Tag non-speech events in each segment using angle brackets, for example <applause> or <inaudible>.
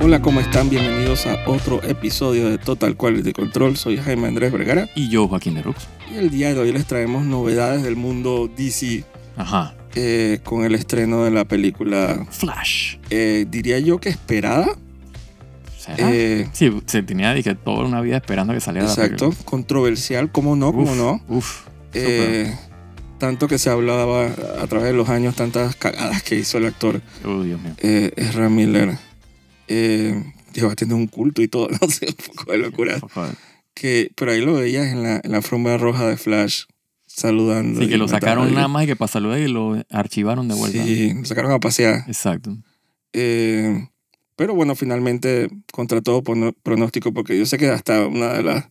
Hola, ¿cómo están? Bienvenidos a otro episodio de Total Quality Control. Soy Jaime Andrés Vergara Y yo, Joaquín de Rux. y el día de hoy les traemos novedades del mundo DC Ajá. eh, con el estreno de la película, Flash. eh, diría yo que esperada, ¿Será? Eh. sí, se tenía dije, toda una vida esperando que saliera exacto, la película. controversial, cómo no, cómo Uf, no. Uf. Eh, tanto que se hablaba a través de los años, tantas cagadas que hizo el actor súper. Oh, Dios mío. eh, Ezra Miller. Eh, lleva teniendo un culto y todo, <laughs> no sé, un poco de locura. que pero ahí lo veías en la, en la alfombra roja de Flash saludando. Sí, que y lo matando a sacaron alguien. nada más y que para saludar y lo archivaron de vuelta. Sí, lo sacaron a pasear. Exacto. Eh, pero bueno, finalmente, contra todo prono- pronóstico, porque yo sé que hasta una de las.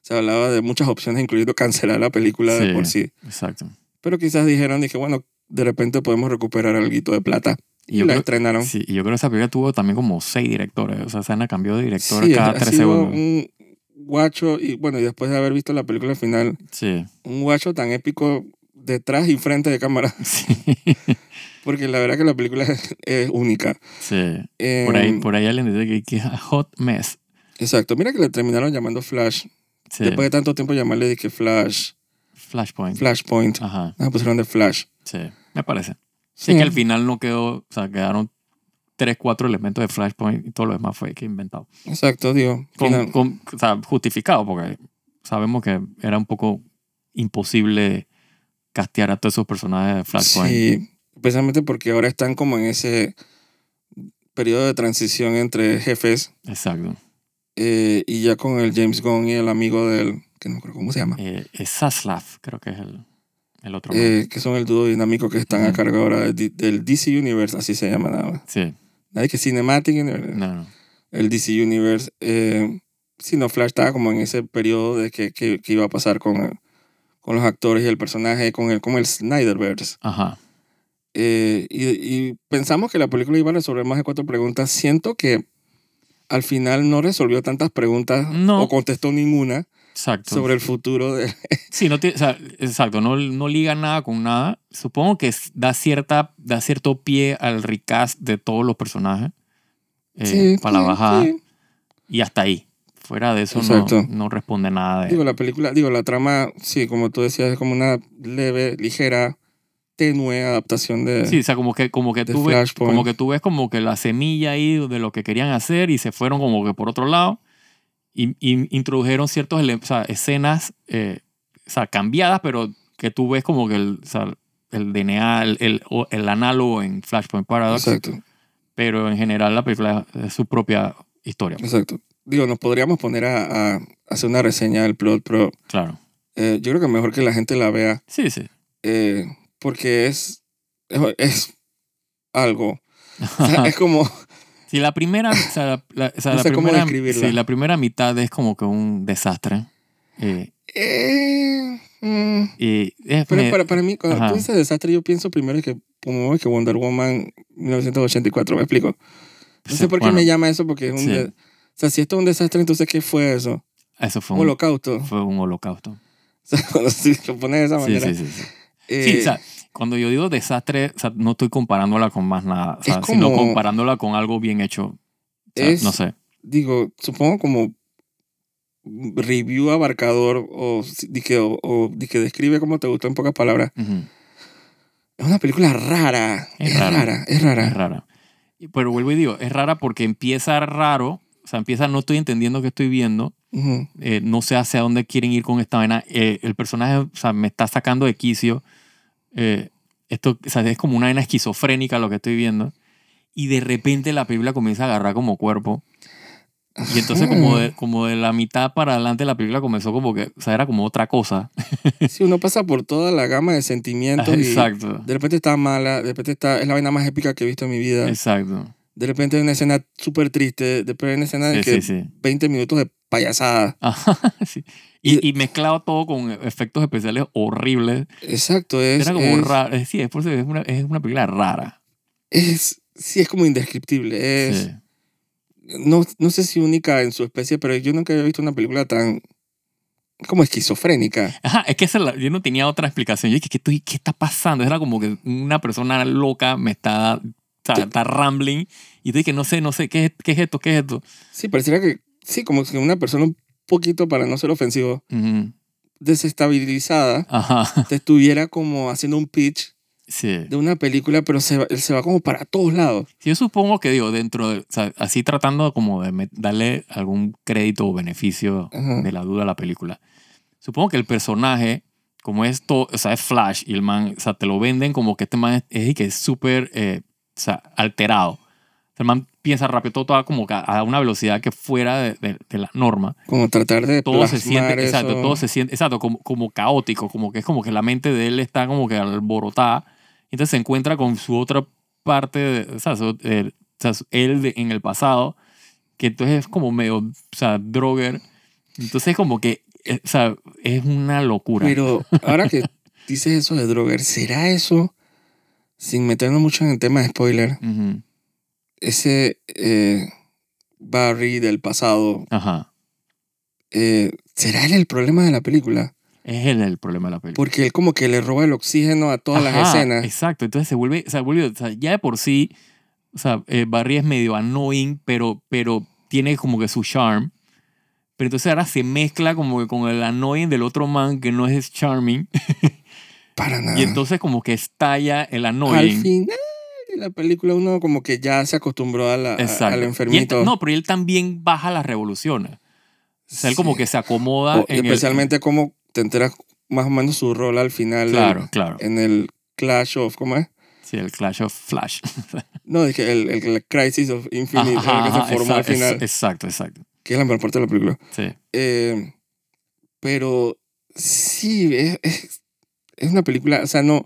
Se hablaba de muchas opciones, incluyendo cancelar la película de Sí. por sí. Exacto. Pero quizás dijeron, dije, bueno, de repente podemos recuperar algo de plata. Y Y yo la creo- estrenaron. Sí, y yo creo que esa película tuvo también como seis directores. O sea, Sana cambió de director Sí, cada ha tres sido segundos. un guacho, y bueno, y después de haber visto la película final, Sí, <laughs> un guacho tan épico detrás y frente de cámara. sí, Porque la verdad que la película <laughs> es, es única. sí. Eh, Por ahí, por ahí alguien dice que, que es a hot mess. Exacto. Mira que le terminaron llamando Flash. Sí. Después de tanto tiempo llamarle dije Flash, Flashpoint. Flashpoint. Ajá, Ah, pusieron de Flash. sí. Me parece. Sí, Sí, que al final no quedó, o sea, quedaron tres, cuatro elementos de Flashpoint y todo lo demás fue que inventado. Exacto, digo. Con, final. con- o sea, justificado, porque sabemos que era un poco imposible castear a todos esos personajes de Flashpoint. sí. Precisamente porque ahora están como en ese periodo de transición entre jefes Exacto. eh, y ya con el James Gunn y el amigo del, que no me acuerdo cómo se llama, Eh, es Zaslav, creo que es el, el otro. eh, que son el dúo dinámico que están a Ujú. cargo ahora de- del DC Universe, así se llama nada más. sí, Nadie que Cinematic Universe. no, no. el DC Universe, eh, sino Flash estaba como en ese periodo de que, que, que iba a pasar con, con los actores y el personaje, con el, con el Snyderverse. Ajá. Eh, y, y pensamos que la película iba a resolver más de cuatro preguntas. Siento que al final no resolvió tantas preguntas No. o contestó ninguna Exacto. sobre el futuro. De, Sí, no tiene- o sea, exacto, no, no liga nada con nada. Supongo que s- da, cierta, da cierto pie al recast de todos los personajes <laughs> eh, Sí, para la sí, bajada sí. y hasta ahí. Fuera de eso no, Exacto. no responde nada de Digo, la película, digo, la trama, sí, como tú decías, es como una leve, ligera, tenue adaptación de... Sí, o sea, como que, como, que eh, de tú ves, Flashpoint. como que tú ves como que la semilla ahí de lo que querían hacer y se fueron como que por otro lado y, y introdujeron ciertos ele- o sea, escenas eh, o sea, cambiadas, pero que tú ves como que el, o sea, el DNA, el, el, o- el análogo en Flashpoint Paradox, Exacto. pero en general la película es su propia historia, Exacto. Digo, nos podríamos poner a, a hacer una reseña del plot, pero claro. eh, yo creo que mejor que la gente la vea Sí, sí. eh, porque es, es, es algo. O sea, <laughs> es como, Si la primera, o sea, la, la- o sea, No la sé cómo primera, describirla. sí, la primera mitad es como que un desastre. eh, eh, mm, y es pero me- para, para mí, cuando ajá. tú dices desastre, yo pienso primero que, como que Wonder Woman 1984, ¿me explico? No sé por qué bueno, me llama eso, porque es un... sí. de- o sea, si esto es un desastre, entonces, ¿qué fue eso? Eso fue Un un, holocausto. <laughs> O fue un holocausto. sea, cuando se lo pones de esa Sí, manera. sí, sí. sí. eh, Sí, o sea, cuando yo digo desastre, o sea, no estoy comparándola con más nada, o sea, Es sino como- comparándola con algo bien hecho. O sea, es- No sé. digo, supongo como review abarcador o que, o, o di que describe cómo te gustó en pocas palabras. Ujú, Es una película rara. Es Es, rara. rara. es rara. Es rara. Y- Pero vuelvo y digo, es rara porque empieza raro, o sea, empieza no estoy entendiendo qué estoy viendo, Ujú. eh, no sé hacia dónde quieren ir con esta vaina, eh, el personaje, o sea, me está sacando de quicio, eh, esto, o sea, es como una vaina esquizofrénica lo que estoy viendo, y de repente la película comienza a agarrar como cuerpo. Y entonces <laughs> como de, como de la mitad para adelante la película comenzó como que, o sea, era como <laughs> otra cosa. Sí, uno pasa por toda la gama de <laughs> sentimientos y <laughs> Exacto. de repente está mala, de repente está, es la vaina más épica que he visto en mi vida. Exacto. De repente hay una escena súper triste, después hay una escena de Sí, que sí, sí. 20 minutos de payasada. Ajá, <laughs> sí. Y, y mezclado todo con efectos especiales horribles. Exacto, es... era como es, raro. Sí, es, por eso es, una, es una película rara. es- sí, es como indescriptible. Es, Sí. no, no sé si única en su especie, pero yo nunca había visto una película tan como esquizofrénica. Ajá, es que esa la- yo no tenía otra explicación. Yo dije, ¿qué, estoy, ¿qué está pasando? Era como que una persona loca me está sea, está rambling. Y tú dices, no sé, no sé, ¿qué, es- qué es esto? ¿Qué es esto? Sí, pareciera que, sí, como que una persona un poquito, para no ser ofensivo, Ujú. desestabilizada, Mm, Ajá. <laughs> te estuviera como haciendo un pitch Sí. de una película, pero se va, él se va como para todos lados. Sí, Yo supongo que digo, dentro de, o sea, así tratando como de met- darle algún crédito o beneficio Ajá. de la duda a la película. Supongo que el personaje, como es todo, o sea, es Flash y el man, o sea, te lo venden como que este man es, es y que es súper, eh, o sea, alterado. El man piensa rápido, todo, todo como que a- a una velocidad que fuera de, de- de la norma. Como tratar de Todo se plasmar siente, eso. exacto, todo se siente, exacto, como, como caótico, como que es como que la mente de él está como que alborotada. Entonces se encuentra con su otra parte, de- o sea, su- el- o sea, su- él de- en el pasado, que entonces es como medio, o sea, droger. Entonces como que, eh, o sea, es una locura. Pero ahora que dices eso de Droger, ¿será eso, sin meternos mucho en el tema de spoiler, Ujú, ese eh, Barry del pasado, Ajá. eh, ¿será él el problema de la película? Es el, el problema de la película. Porque él como que le roba el oxígeno a todas las Ajá, escenas. Exacto, entonces se vuelve, se vuelve, o sea, ya de por sí, o sea, eh, Barry es medio annoying, pero, pero tiene como que su charm. Pero entonces ahora se mezcla como que con el annoying del otro man que no es charming. Para nada. Y entonces como que estalla el Ah. Al annoying. final de la película uno como que ya se acostumbró a la, a- Exacto. al Y él- enfermito. no, pero él también baja las revoluciones. O sea, él como Sí. que se acomoda O- en el- especialmente como te enteras más o menos su rol al final del- Claro, claro. en el Clash of, ¿cómo es? Sí, el Clash of Flash. No, es que el, el- el Crisis of Infinite, Ajá, el que <laughs> ajá, se formó al exacto, final, exacto, exacto. que es la mejor parte de la película. Sí. Eh, pero sí, es, es, es una película, o sea, no...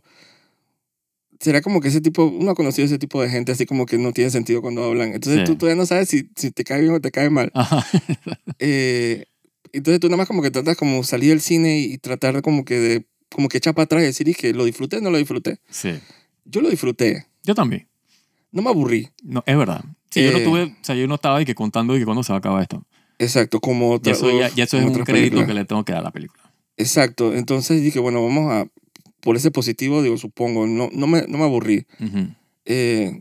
Será como que ese tipo, uno ha conocido ese tipo de gente así como que no tiene sentido cuando hablan. Entonces Sí. tú todavía no sabes si, si te cae bien o te cae mal. Ajá. <laughs> Eh, entonces tú nada más como que tratas como salir del cine y tratar como que de como que echar para atrás y decir y que lo disfruté no lo disfruté. Sí. Yo lo disfruté, Yo también. no me aburrí. No, es verdad. Sí, yo no Eh, tuve, o sea, yo no estaba de que contando de que cuándo se va a acabar esto. Exacto, como Ya otra, eso, ya, ya eso es como un otras crédito películas. que le tengo que dar a la película. Exacto, entonces dije, bueno, vamos a por ese positivo, digo, supongo, no no me, no me aburrí. Ujú, Eh,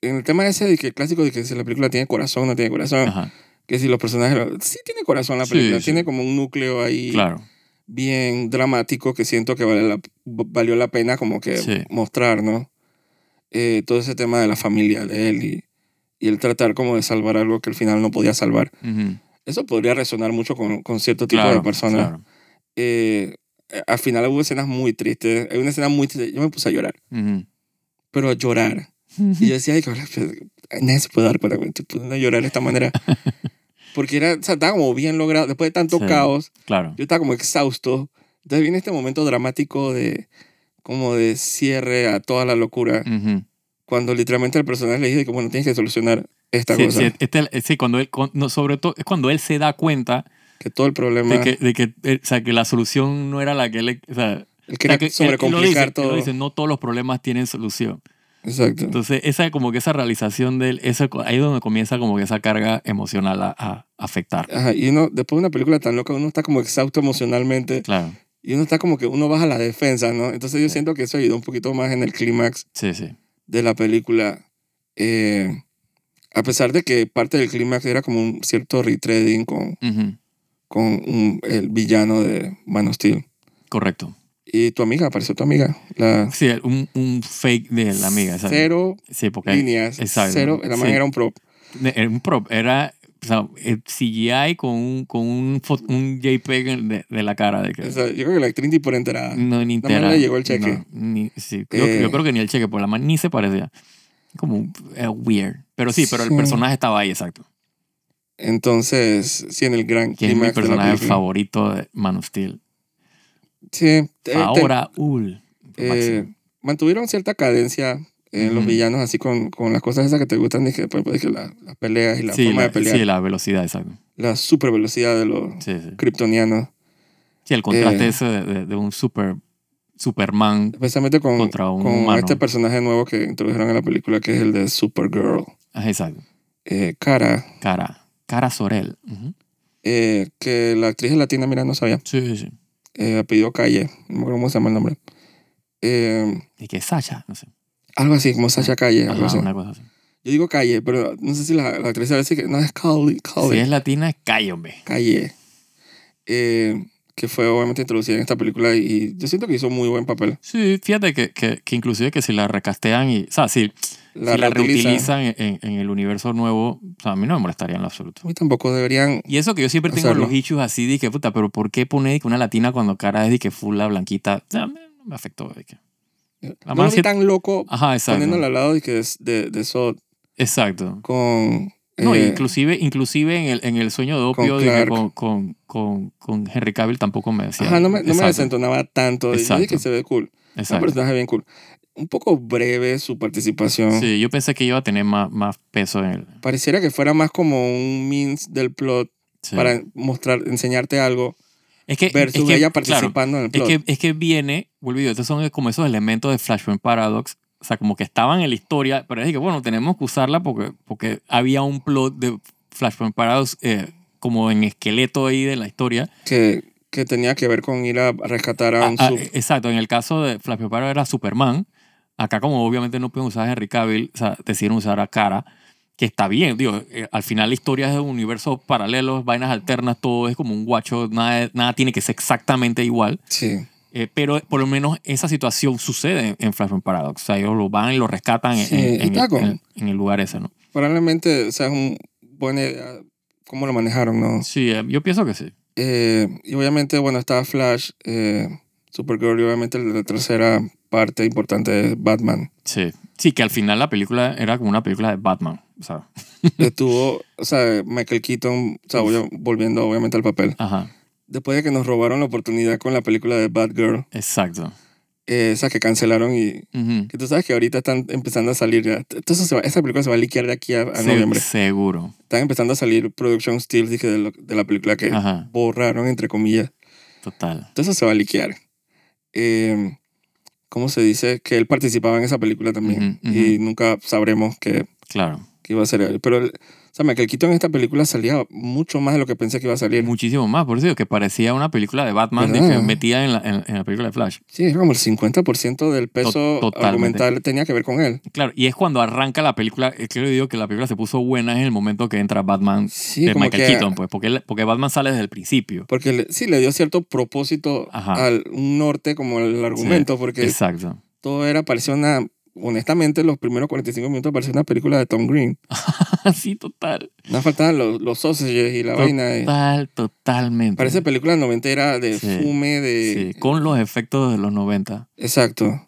en el tema ese de que el clásico de que si la película tiene corazón, no tiene corazón, Ajá, que si los personajes sí tiene corazón la Sí, película, sí. tiene como un núcleo ahí claro. bien dramático que siento que vale la- valió la pena como que Sí. mostrar, ¿no? Eh, todo ese tema de la familia de él y, y el tratar como de salvar algo que al final no podía salvar. ujú, Eso podría resonar mucho con, con cierto tipo claro, de personas. claro. Eh, eh, al final hubo escenas muy tristes. Hay una escena muy triste. Yo me puse a llorar, ujú. pero a llorar. Y yo decía, ay, cabrón, pues, nadie se puede dar cuenta que estoy pudiendo llorar de esta <laughs> manera. Porque era, o sea, estaba como bien logrado. Después de tanto Sí. caos, claro. yo estaba como exhausto. Entonces viene este momento dramático de como de cierre a toda la locura. Ujú. Cuando literalmente al personaje le dije que bueno, tienes que solucionar esta Sí, cosa. sí, este- sí, cuando él, con- no, sobre todo, es cuando él se da cuenta Que todo el problema, de que, de que, eh, o sea, que la solución no era la que él, o sea, él quería o sea, que- que él- que él lo dice, sobrecomplicar que él lo todo. dice, no todos los problemas tienen solución. Exacto. Entonces, esa como que esa realización de él, esa- ahí es donde comienza como que esa carga emocional a, a afectar. Ajá, y uno, después de una película tan loca, uno está como exhausto emocionalmente Claro, y uno está como que uno baja la defensa, ¿no? Entonces yo Sí. siento que eso ayudó un poquito más en el clímax sí, sí. de la película. Eh, a pesar de que parte del clímax era como un cierto retreading con, Ujú. con un- el villano de Man of Steel. Correcto. Y tu amiga, apareció tu amiga. La Sí, un, un fake de la amiga. exacto. Cero sí, porque líneas. exacto. Cero. La man Sí. era un prop. era un prop, era o sea, el CGI con un, con un, fo- un JPEG en- de, de la cara. De que, O sea, yo creo que la actriz ni por enterada. no, ni la man entera. le llegó el cheque. No, ni- sí, yo, Eh. yo creo que ni el cheque, por la mano ni se parecía. Como un- era weird. Pero sí, pero el Sí. personaje estaba ahí, exacto. Entonces, sí, en el gran Que es mi clímax de la personaje película. favorito de Man of Steel. Sí. eh, te- Ahora, Ul. lo eh, máximo. mantuvieron cierta cadencia en los Ujú. villanos, así con, con las cosas esas que te gustan, dije, pues, pues, dije, la- las peleas y la sí, forma la, de pelear, sí, la velocidad, exacto. la super velocidad de los Sí, sí. kryptonianos, Sí, el contraste Eh. ese de, de- de un super Superman. especialmente con, Contra un con humano. este personaje nuevo que introdujeron en la película, que es el de Supergirl, Ah, Exacto. eh, Cara, Cara. Cara Sorel. Ujú. eh, que la actriz es latina, mira, no sabía, Sí, sí, sí. eh, apellido Calle, no me acuerdo cómo se llama el nombre. Eh, Y que Sasha, no sé. Algo así, como Sasha Calle. algo Ah, Ajá, así. una cosa así. Yo digo Calle, pero no sé si la, la actriz a veces que no es Calle. Calle. Si es latina, calle, hombre. Calle, eh, que fue obviamente introducida en esta película y yo siento que hizo muy buen papel. Sí, fíjate que, que, que inclusive que si la recastean y... O sea, si La, si la reutiliza. reutilizan en, en- en el universo nuevo, o sea, a mí no me molestaría en lo absoluto. A mí tampoco deberían... Y eso que yo siempre tengo Hacerlo. los issues así, de que puta, pero ¿por qué pone de que una latina cuando cara es de que full la blanquita? No me no me afectó. de que- No lo vi que- tan loco Ajá, exacto. poniéndolo al lado de, que es- de, de eso Exacto. con... No, eh, inclusive, inclusive en, el, en el sueño de opio con de que Clark. con, con, con, con Henry Cavill tampoco me decía. Ajá, no me, no me Exacto, desentonaba tanto. Yo dije que Exacto. se ve cool. Es un Exacto. personaje bien cool. Un poco breve su participación. Sí, yo pensé que iba a tener más, más peso en el... Pareciera que fuera más como un means del plot sí. Eh, para mostrar, enseñarte algo es que, versus es que, ella claro, participando en el es plot. que, es que viene, vuelvo y digo, estos son como esos elementos de Flashpoint Paradox, o sea, como que estaban en la historia, pero es que, bueno, tenemos que usarla porque, porque había un plot de Flashpoint Paradox eh, como en esqueleto ahí de la historia. que, que tenía que ver con ir a rescatar a un Ah, ah, sub. exacto, en el caso de Flashpoint Paradox era Superman, acá como obviamente no pueden usar a Henry Cavill, o sea, decidieron usar a Cara, que está bien, digo, eh, al final la historia es de universos paralelos, vainas alternas, todo es como un guacho, nada, nada tiene que ser exactamente igual. Sí. Eh, pero por lo menos esa situación sucede en, en Flashpoint Paradox. O sea, ellos lo van y lo rescatan en- Sí, en, y en- está con- en- en el lugar ese, ¿no? Probablemente o sea es un buen idea cómo lo manejaron, ¿no? Sí, eh, yo pienso que sí. Eh, y obviamente, bueno, estaba Flash, eh, Supergirl y obviamente la tercera parte importante es <laughs> Batman. Sí. Sí, que al final la película era como una película de Batman. O sea, Estuvo, o sea, Michael Keaton, o sea, Uf. obvio- volviendo obviamente al papel. ajá, Después de que nos robaron la oportunidad con la película de Batgirl, exacto. eh, esa que cancelaron y Ujú. que tú sabes que ahorita están empezando a salir ya. Entonces, se va- esa película se va a liquear de aquí a, a Se- noviembre. seguro. están empezando a salir production stills dije, de, lo- de la película que Ajá. borraron, entre comillas. Total. Entonces se va a liquear. Eh, ¿Cómo se dice? Que él participaba en esa película también. Ujú, ujú. Y nunca sabremos qué, Claro. qué iba a ser él. Pero, el- o sea, Michael Keaton en esta película salía mucho más de lo que pensé que iba a salir. Muchísimo más. Por eso digo que parecía una película de Batman de ¿Verdad? que metida en la, en- en la película de Flash. Sí, era como el 50% del peso totalmente. argumental tenía que ver con él. Claro. Y es cuando arranca la película. Es que yo digo que la película se puso buena en el momento que entra Batman Sí, de como Michael que... Keaton, pues. Porque, él- porque Batman sale desde el principio. Porque le- sí, le dio cierto propósito Ajá. al un norte como el argumento, porque Exacto. <laughs> todo era, parecía una, honestamente, los primeros 45 minutos parecía una película de Tom Green. Así total. No faltaban los, los sausages y la vaina. y- Total, totalmente. parece película noventera de Sí, fume, de... Sí, con los efectos de los 90. Exacto.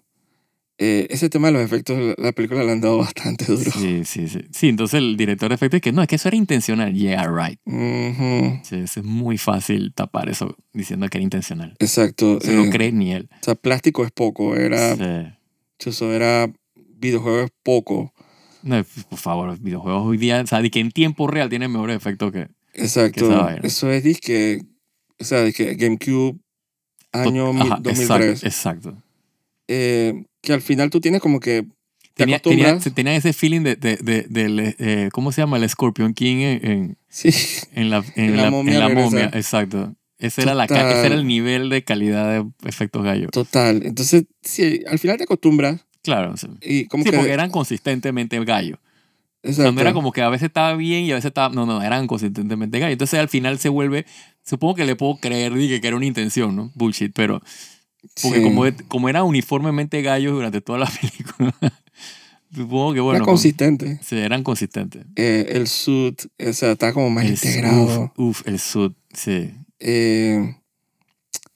Eh, ese tema de los efectos, la- la película le han dado <laughs> bastante duro. Sí, sí, sí. Sí, entonces el director de efectos es que no, es que eso era intencional. Yeah, right. Ujú, Sí, eso es muy fácil tapar eso diciendo que era intencional. Exacto. Eso no eh, cree ni él. o sea, plástico es poco, era... Sí. chuzo, era videojuego es poco. No, por favor, los videojuegos hoy día, o sea, de que en tiempo real tienen mejores efectos que. Exacto. esa vaina. Eso es disque... O sea, disque GameCube, año Ajá, 2003. Exacto. exacto. eh, que al final tú tienes como que te Tenía, tenía, acostumbras. tenía ese feeling de, de, de- del, eh, ¿cómo se llama? El Scorpion King en- en, Sí, <laughs> En la, en En la la- en momia la regresa. momia, exacto. Ese era, la, ca- Total. ese era el nivel de calidad de efectos gallo. total. Entonces, sí, al final te acostumbras Claro, sí. y como Sí, que... porque eran consistentemente gallo. O sea, exacto. no era como que a veces estaba bien y a veces estaba... No, no, eran consistentemente gallo. Entonces al final se vuelve... Supongo que le puedo creer dije, que era una intención, ¿no? Bullshit, pero... Porque Sí. como, e, como era uniformemente gallo durante toda la <laughs> película, supongo que Era bueno... consistente. se eran consistentes. Eh, el suit, o sea, está como más El- integrado. Uf, uf, el sud, sí. Eh,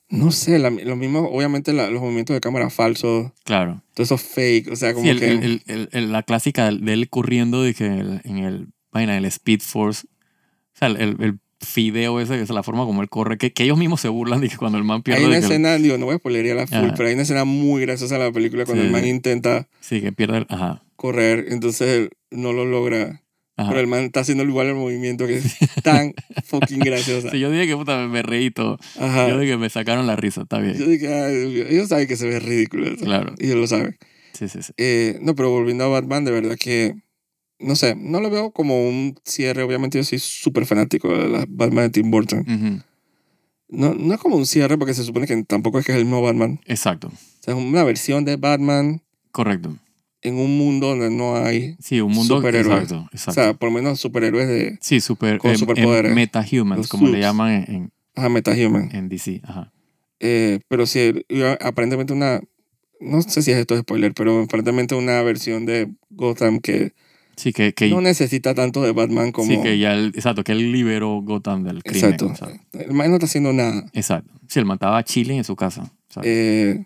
no sé, la- lo mismo, obviamente la- los movimientos de cámara falsos, Claro. todo eso fake, o sea, como Sí, el- que... el- el- el- el- la clásica de él corriendo de que el- en el, vaina, el Speed Force, o sea, el, el, el fideo ese, que es la forma como él corre, que, que ellos mismos se burlan <laughs> de que cuando el man hay pierde, una de que, escena, digo, no voy a spoilería la full, Ajá. pero hay una escena muy graciosa en la película cuando Sí. el man intenta sí, que pierde, el- ajá, correr, entonces no lo logra. ajá. Pero el man está haciendo igual el movimiento que <laughs> es tan fucking graciosa. Sí, yo dije que puta, me, me reí y todo. Ajá. Yo dije que me sacaron la risa, está Ah. Yo bien. dije, "Ay, Dios mío". ellos saben que se ve ridículo. eso. Claro, Ellos lo saben. sí, sí, sí. Eh, no, pero volviendo a Batman, de verdad que, no sé, no lo veo como un cierre. Obviamente yo soy súper fanático de la Batman de Tim Burton. Ujú, No, no es como un cierre porque se supone que tampoco es que es el nuevo Batman. Exacto, O sea, es una versión de Batman correcto. en un mundo donde no hay, Sí, un mundo. Superhéroes. Exacto, o exacto. sea, por lo menos superhéroes de sí, super, con em- em- superpoderes. metahumans, Los como le subs. llaman en, en- ajá, Metahuman. en DC. Ajá. Eh, pero sí, y a- aparentemente una, no sé si es esto spoiler, pero aparentemente una versión de Gotham que Sí, que, que, no necesita tanto de Batman como... sí, que ya él, exacto, que él liberó Gotham del crimen. Exacto. Exacto. El man no está haciendo nada. Exacto. Sí, él mataba a Chile en su casa. exacto. Eh,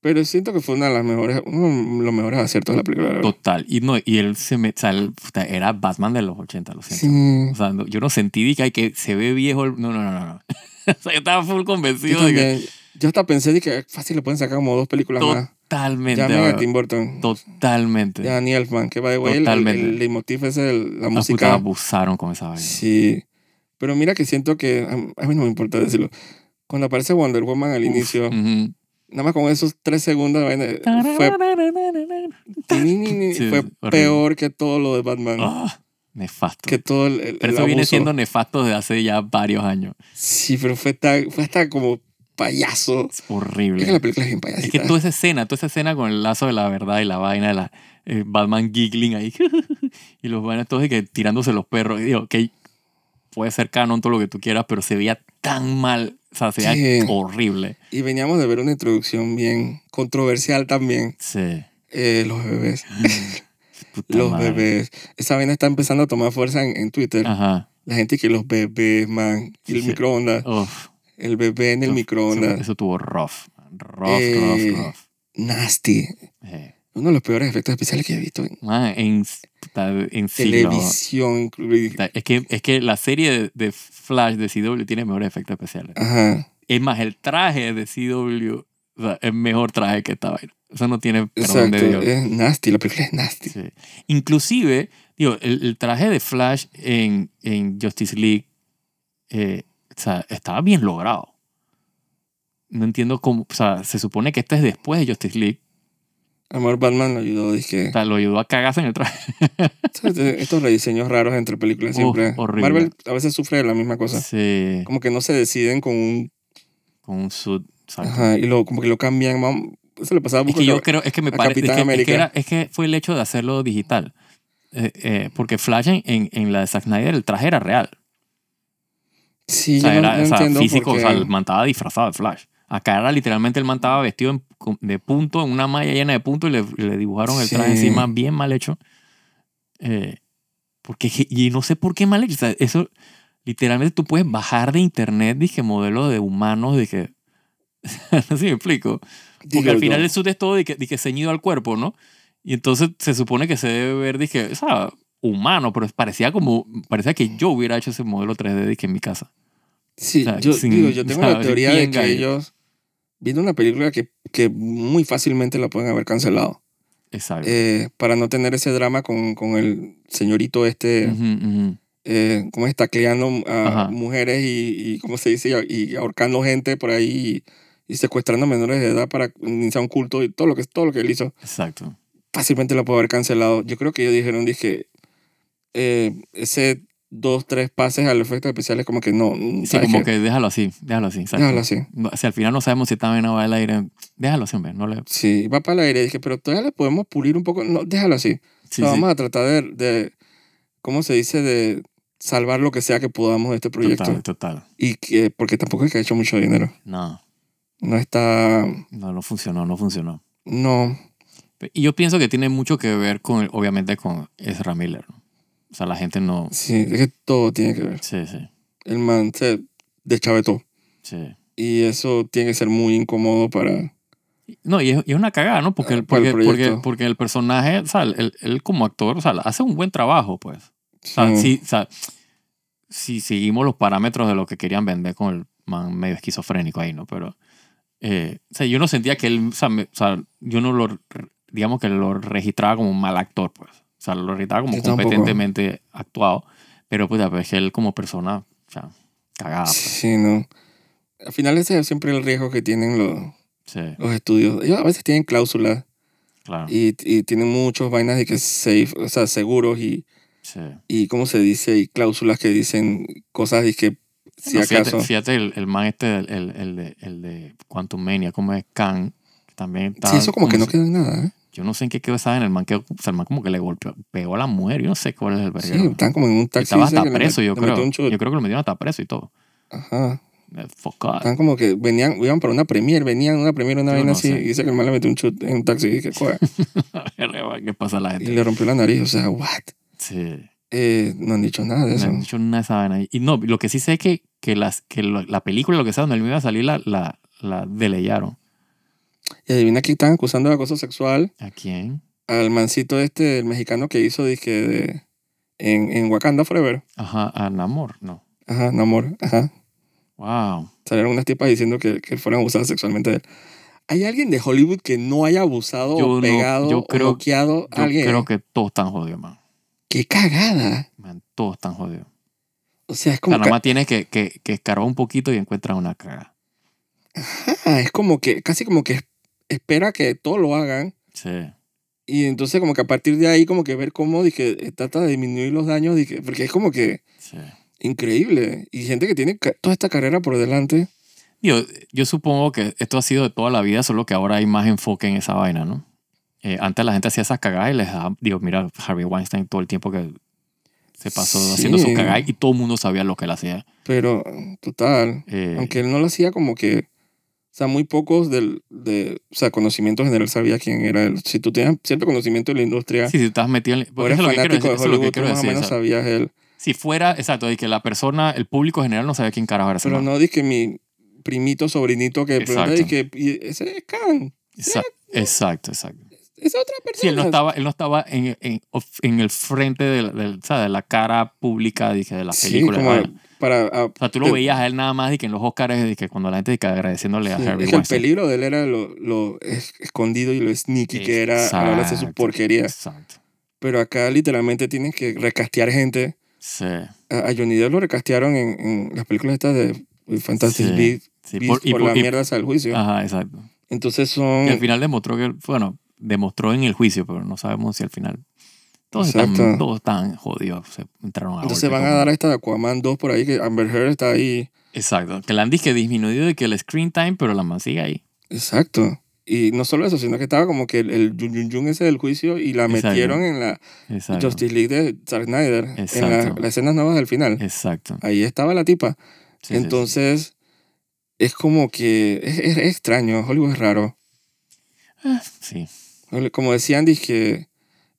pero siento que fue una de las mejores, uno de los mejores aciertos de la película. la verdad. Total. Y, no, y él se me, o sea, él, puta, era Batman de los 80, lo siento. Sí. O sea, no- yo no sentí de que, ay, que se ve viejo. el- No, no, no, no. <laughs> no. o sea, yo estaba full Yo, convencido de que también, yo hasta pensé de que fácil le pueden sacar como dos películas más. totalmente. Llamen a weón. Tim Burton. Totalmente. Ya Daniel Elfman, que va de way, el, el, Totalmente. el leitmotiv es el- la La música. puta abusaron con esa vaina. Sí. Pero mira que siento que, a a mí no me importa decirlo, cuando aparece Wonder Woman al inicio, Ujú. nada más con esos tres segundos, vaina, fue, ni, ni, ni, Sí, fue horrible. peor que todo lo de Batman. Ah, nefasto. Que todo el, el- Pero el eso viene abuso. siendo nefasto desde hace ya varios años. Sí, pero fue, tan- fue hasta como payaso. Es Es que la horrible. película es bien payasita. Es que toda esa escena, toda esa escena con el lazo de la verdad y la vaina de la eh, Batman giggling ahí. <laughs> y los vainas todos de que tirándose los perros. Y digo, ok, puede ser canon todo lo que tú quieras, pero se veía tan mal. O sea, se veía Sí. horrible. Y veníamos de ver una introducción bien controversial también. Sí. Eh, los bebés. Ah, Puta Los madre. bebés. Esa vaina está empezando a tomar fuerza en, en Twitter. Ajá. La gente que los bebés, man. Y el Ah. Sí. microondas. Uf. El bebé en el Eso- microondas. Eso, eso tuvo rough. man. Rough, Eh. rough, rough. Nasty. Eh, Uno de los peores efectos especiales que he visto en man, en, puta, en siglos. televisión. incluido. Puta, Es que, es que la serie de, de Flash de CW tiene mejores efectos especiales. Ajá. Es más, el traje de CW o sea, es mejor traje que esta vaina. Eso no tiene perdón Exacto. eh, de Dios. Es nasty. La película es nasty. Sí. Inclusive, digo, el, el traje de Flash en, en Justice League eh, o sea, estaba bien logrado. No entiendo cómo, o sea, se supone que este es después de Justice League. Amor Batman lo ayudó. Dije. O sea, lo ayudó a cagarse en el traje. eh, Estos rediseños raros entre películas Uf, siempre. horrible. Marvel a veces sufre de la misma cosa. Sí, Como que no se deciden con un. con un suit. exacto. Ajá, y lo, como que lo cambian. mam, Eso le pasaba Es mucho. que yo creo, es que me a parece, es Capitán que, es, América. que era- es que fue el hecho de hacerlo digital. Eh, eh, porque Flash en, en, en la de Zack Snyder, el traje era real. Sí, O sea, yo no, era no o sea, entiendo. físico, por o qué. sea, el man estaba disfrazado de Flash. Acá era literalmente el man estaba vestido en- con- de punto, en una malla llena de punto y le, le dibujaron el traje Sí. encima bien mal hecho. Eh, porque, je- y no sé por qué mal hecho. O sea, eso, literalmente tú puedes bajar de internet, dije, modelos de humanos, dije, <laughs> no sé si me explico. Porque Digo al final yo. el suit es todo de que, de que ceñido al cuerpo, ¿no? Y entonces se supone que se debe ver, dije, o sea, humano, pero parecía como, parecía que yo hubiera hecho ese modelo 3D dije, en mi casa. Sí, o sea, yo, sin- digo, yo tengo o sea, la teoría de bien que gallo. ellos. Viendo una película que, que muy fácilmente la pueden haber cancelado. Exacto. eh, para no tener ese drama con, con el señorito este, Ujú, ujú. eh, como está cleando a Ajá. mujeres y, y, ¿cómo se dice? Y ahorcando gente por ahí y, y secuestrando a menores de edad para iniciar un culto y todo lo que, todo lo que él hizo. Exacto. Fácilmente lo puedo haber cancelado. Yo creo que ellos dijeron, dije, eh, ese dos, tres pases al efecto especial es como que no. mm, Sí, como que déjalo así, déjalo así. Exacto. Déjalo así. No, si al final no sabemos si esta vaina va al aire, déjalo así, hombre. No le... Sí, va para el aire. Dije, pero todavía le podemos pulir un poco. No, déjalo así. Sí, O sea, sí, vamos a tratar de, de, ¿cómo se dice? De salvar lo que sea que podamos de este proyecto. total, total. Y que, porque tampoco es que ha hecho mucho dinero. No, No está, no, no funcionó, no funcionó. no, Y yo pienso que tiene mucho que ver con, obviamente, con Ezra Miller. ¿no? O sea, la gente no... sí, es que todo tiene que ver. Sí, sí, El man se deschavetó. sí. Y eso tiene que ser muy incómodo para... No, y es, y es una cagada, ¿no? Porque el, Para el porque, porque, Ah, proyecto. porque el personaje, o sea, él, él como actor, o sea, hace un buen trabajo, pues. O sea, Sí. si, o sea, si seguimos los parámetros de lo que querían vender con el man medio esquizofrénico ahí, ¿no? Pero, eh, o sea, yo no sentía que él, o sea, me- o sea, yo no lo, digamos que lo registraba como un mal actor, pues. O sea, lo registraba como Yo tampoco. competentemente actuado, pero pues, es que él como persona, o sea, cagada, pues. Sí, no. Al final ese es siempre el riesgo que tienen los, Sí, los estudios. Ellos a veces tienen cláusulas claro. y, y tienen muchos vainas de que safe, o sea, seguros y, Sí. y cómo se dice, y cláusulas que dicen cosas y que si No, fíjate, acaso fíjate el, el man este, el, el, el de, el de Quantum Mania, como es Khan, que también está... sí, eso como que no sé- queda en nada, ¿eh? Yo no sé en qué quedó esa en el man que... O sea, el man como que le golpeó, pegó a la mujer. Yo no sé cuál es el Sí, verguero. están como en un taxi. Estaba dice hasta que le preso, met- yo le metió creo. un Yo chute. creo que lo metieron hasta preso y todo. Ajá. Eh, Fuck God. Están Ah, como que venían, iban para una premier, venían a una premier, una Yo vaina no así, sé. y dice que el mal le metió un chute en un taxi y, que, "Joder", <laughs> Verga, ¿Qué pasa a la y gente? le rompió la nariz, o sea, what? Sí. Eh, no han dicho nada de No eso. han dicho nada de esa vaina. Y no, lo que sí sé es que, que, las, que lo- la película, lo que sea, donde él me iba a salir, la, la, la deleyaron. Y adivina que están acusando de acoso sexual ¿A quién? al mancito este, el mexicano que hizo, dije, de- en, en Wakanda Forever. Ajá, a Namor, no. Ajá, Namor, ajá. Wow. Salieron unas tipas diciendo que, que fueron abusadas sexualmente de él. ¿Hay alguien de Hollywood que no haya abusado Yo o no- pegado yo o creo- noqueado Yo a alguien? creo que todos están jodidos, man. ¡Qué cagada! Man, todos están jodidos. O sea, es O sea, como, nada ca- más tienes que, que, que escarbar un poquito y encuentras una caga. ah, es como que, casi como que es- espera que todo lo hagan. Sí. Y entonces como que a partir de ahí como que ver cómo dije, eh, trata de disminuir los daños, dije, porque es como que Sí. increíble. Y gente que tiene ca- toda esta carrera por delante. Digo, yo supongo que esto ha sido de toda la vida, solo que ahora hay más enfoque en esa vaina, ¿no? Eh, antes la gente hacía esas cagadas y les daba, digo, mira, Harvey Weinstein todo el tiempo que se pasó Sí. haciendo sus cagadas y todo el mundo sabía lo que él hacía. Pero total, Eh, aunque él no lo hacía como que... O sea, muy pocos del de, o sea, conocimiento general sabía quién era él. Si tú tenías cierto conocimiento de la industria, Sí, si estás metido en... o porque eres eso es lo que quiero fanático decir, de eso es lo que Hollywood, tú quiero más o decir, menos o sea, sabías él. Si fuera, exacto, de que la persona, el público general no sabía quién carajo era ese Pero man. no dije mi primito, sobrinito que de pronto Exacto. dije, "Y ese es Khan, Exacto, exacto, exacto. es otra persona. Sí, él no estaba, él no estaba en, en, of- en el frente de la, del- o sea, de la cara pública dije, de la Sí, película. como vaina. para... ah, a- o sea, tú lo veías a él nada más y que en los Oscars de que cuando la gente de que agradeciéndole a sí, Harry es que el Weinstein. peligro de él era lo, lo es- escondido y lo sneaky que era a la hora de hacer sus Exacto. porquerías. Exacto. Pero acá literalmente tienes que recastear gente. Sí. A, a Johnny Depp lo recastearon en, en las películas estas de Fantastic Sí, Beasts sí, Beasts por, y la y- Ah. mierda Mm. hasta el juicio. Ajá, exacto. Entonces son... Y al final demostró que, bueno, demostró en el juicio, pero no sabemos si al final. Todos Exacto. están, todos están jodidos. Se entraron a Entonces golpe van a como- dar a esta de Aquaman 2 por ahí, que Amber Heard está ahí. Exacto. Que la han disque disminuido y que el screen time, pero la man sigue ahí. Exacto. Y no solo eso, sino que estaba como que el, el yun yun yun ese del juicio y la Exacto. metieron en la Exacto. Justice League de Zack Snyder, en la- las Exacto. escenas nuevas del final. Exacto. Ahí estaba la tipa. Sí, sí, sí. Entonces, es como que es, es- es extraño, Hollywood es raro. Ah, Sí. Como decían, dije,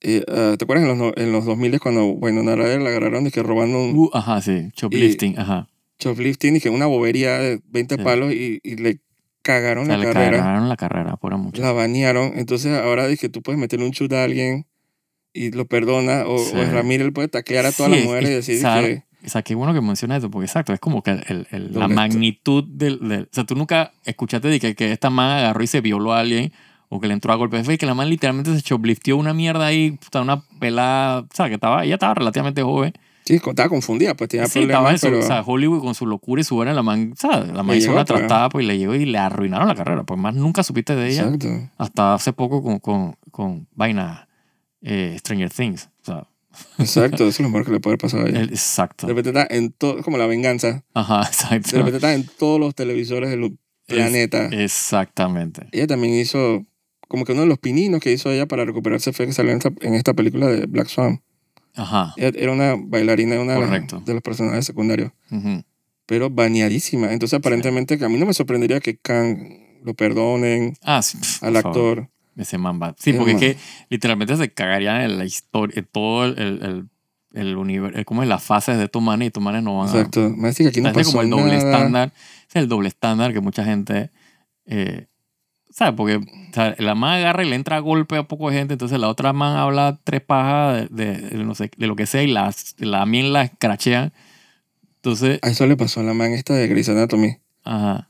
eh, ah, ¿te acuerdas en los, no- en los 2000 cuando, bueno, Ryder la agarraron, que robando un Uh, ajá, sí. Choplifting, ajá. shoplifting, que una bobería de 20 Sí. palos y, y le cagaron O sea, la le carrera. cagaron la carrera, por mucho. la banearon. Entonces ahora dije, tú puedes meterle un chute a alguien y lo perdona. O, Sí. o Ramírez puede taclear a todas Sí, las mujeres y es- decir exacto. que... O sea, qué bueno que mencionas eso, porque exacto, es como que el- el- la Doble- este. magnitud del, del- O sea, tú nunca escuchaste de que, que esta man agarró y se violó a alguien o que le entró a golpes. Fue que la man literalmente se chopliftió una mierda ahí, puta, una pelada. O sea, que estaba, ella estaba relativamente joven. Sí, estaba confundida, pues tenía sí, estaba problemas, en su, pero... o sea, Hollywood con su locura y su vaina, la man, o sea, la man Le hizo llegó, una pues. trastada pues, y le llegó y le arruinaron la carrera. Pues más nunca supiste de ella Exacto. hasta hace poco con, con, con vaina eh, Stranger Things. O sea, Exacto, eso es lo mejor que le puede pasar a ella. el- exacto. De repente está en todo... Como la venganza. Ajá, <laughs> De exacto. repente está en todos los televisores del Es- planeta. Exactamente. Ella también hizo... Como que uno de los pininos que hizo ella para recuperarse fue que salió en esta, en esta película de Black Swan. Ajá. Ella era una bailarina de una de las- Correcto. de los personajes secundarios. ujú. pero baneadísima. Entonces, aparentemente, que a mí no me sorprendería que Khan lo perdonen Ah, sí. pf, al por favor, actor. Ese man va. Sí, El porque man. es que literalmente se cagarían en la historia, en todo el, el, el, universo, como en las fases de estos manes y estos manes no van a... Exacto. Me dice que aquí no pasó Parece como el doble nada. estándar. Es el doble estándar que mucha gente. Eh, ¿Sabes? Porque o sea, la man agarra y le entra a golpe a poco de gente, entonces la otra man habla tres pajas de, de- de no sé, de lo que sea y las, la mien la crachean. Entonces, A eso le pasó a la man esta de Grey's Anatomy. ajá.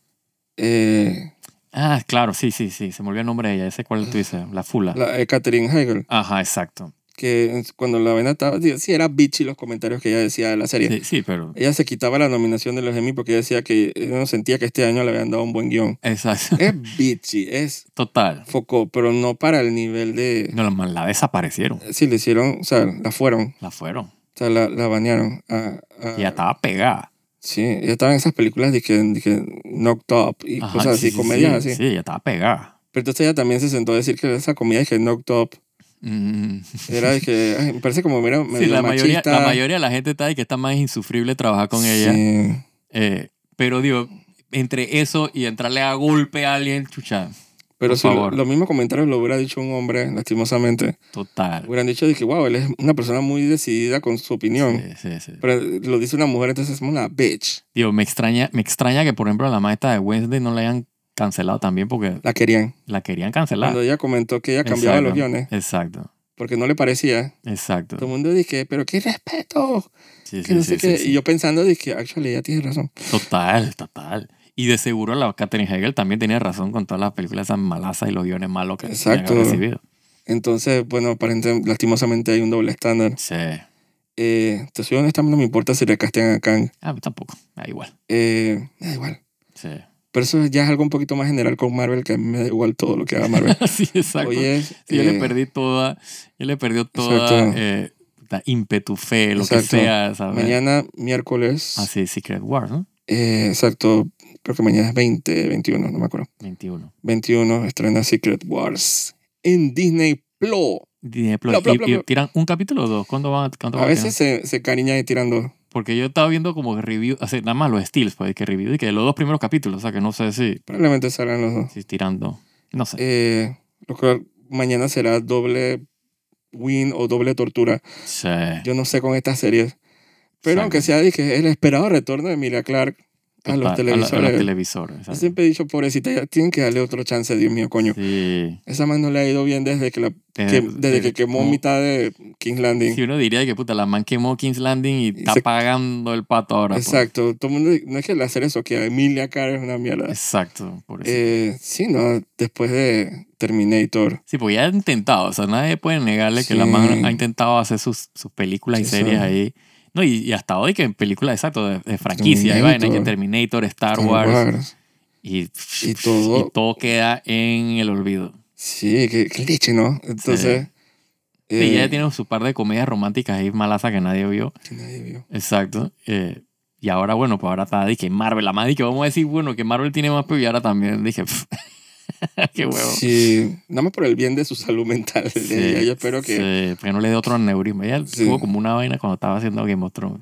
Eh, Ah, claro, sí, sí, sí, se me olvidó el nombre de ella, ese cuál tú dices, la fula. la, eh, Katherine Heigl, Ajá, exacto. que en- cuando la vena estaba... Sí, era bitchy los comentarios que ella decía de la serie. Sí, sí, pero. Ella se quitaba la nominación de los Emmy porque ella decía que ella no sentía que este año le habían dado un buen guión. Exacto. <laughs> Es bitchy, es Total. foco, pero no para el nivel de... eh, No, la, man- la desaparecieron. Sí, le hicieron, o sea, la fueron, La fueron. o sea, la, la banearon. A, Y ya a, estaba pegada. Sí, ella estaba en esas películas de que, de que Knocked Up y Ajá, cosas sí, así, sí, comedias sí, así. Sí, ya estaba pegada. Pero entonces ella también se sentó a decir que esa comida es que knocked up. Mm. Era de que, ay, me parece como mira, Sí, medio la mayoría, machista. la mayoría de la gente está y que está más insufrible trabajar con ella. Sí. Eh, pero digo, entre eso y entrarle a golpe a alguien, chucha, Pero Por si lo, favor. los mismos comentarios lo hubiera dicho un hombre, lastimosamente, total. hubieran dicho de que, wow, él es una persona muy decidida con su opinión. Sí, sí, sí. Pero lo dice una mujer, entonces es una bitch. Digo, me extraña, me extraña que, por ejemplo, a la maestra de Wednesday no la hayan cancelado también porque La querían. la querían cancelar. Cuando ella comentó que ella cambiaba Exacto. los guiones Exacto, porque no le parecía, exacto. todo el mundo dije, pero qué respeto. Sí, Que sí, no sí, sé sí, qué. sí. Y yo pensando, dije, actually, ella tiene razón. Total, total. Y de seguro la Katherine Hegel también tenía razón con todas las películas esas malasas y los guiones malos que habían Exacto. recibido. Entonces, bueno, aparentemente, lastimosamente hay un doble estándar. Sí. Eh, te soy honesta, no me importa si recastean a Kang. Ah, pues tampoco. Da igual. Eh, da igual. Sí. <laughs> Pero eso ya es algo un poquito más general con Marvel, que a mí me da igual todo lo que haga Marvel. sí, exacto. Oye, Sí, yo le eh, perdí toda, yo le perdí toda Exacto. eh, puta, ímpetu, fe, lo que Exacto. sea, ¿sabes? mañana, miércoles. Ah, sí, Secret Wars, ¿no? eh, exacto. Creo que mañana es 20, 21, no me acuerdo. 21. 21 estrena Secret Wars en Disney Plus. Disney Plus. Bla, bla, Y- bla, y, bla. tiran un capítulo o dos. ¿Cuándo van a, cuánto A van a veces se, se cariñan y tiran dos. tener? Porque yo estaba viendo como que review, o sea, nada más los steals, pues, que review y que los dos primeros capítulos, o sea, que no sé si, Probablemente salgan los dos. si tiran dos. No sé. Eh, lo cual mañana será doble win o doble tortura. Sí. Yo no sé con estas series. Pero Exacto. aunque sea de que el esperado retorno de Emilia Clark a los Total, A, los televisores. televisores. Yo exacto. siempre he dicho, pobrecita, ya tienen que darle otro chance, Dios mío, coño. Sí. Esa mano no le ha ido bien desde que, la, que- Eh, desde que eh, quemó como- mitad de King's Landing. Si uno diría que puta, la man quemó King's Landing y está se- pagando el pato ahora. pues. Exacto. Todo el mundo, no es que la serie soquea. Emilia Clark es una mierda. Exacto. Por eso. Eh, sí, no, después de Terminator. Sí, porque ya ha intentado, o sea, nadie puede negarle que la Sí. man ha intentado hacer sus, sus películas y Sí, series sí. ahí. No, y, y hasta hoy que en películas, exacto, de, de franquicia, y vaina, que Terminator. Terminator, Star Star Wars, Wars. Y, Y todo- y todo queda en el olvido. Sí, qué, qué leche, ¿no? Entonces. eh, y ya tiene su par de comedias románticas ahí malasas que nadie vio. que nadie vio. Exacto. eh, y ahora, bueno, pues ahora está, dije, Marvel, la más dije, vamos a decir, bueno, que Marvel tiene más, pero y ahora también dije, pff, <laughs> qué huevo. Sí, nada más por el bien de su salud mental. <laughs> de Sí, ella. Yo espero que. sí, porque no le dé otro aneurisma. Ella Sí. tuvo como una vaina cuando estaba haciendo Game of Thrones.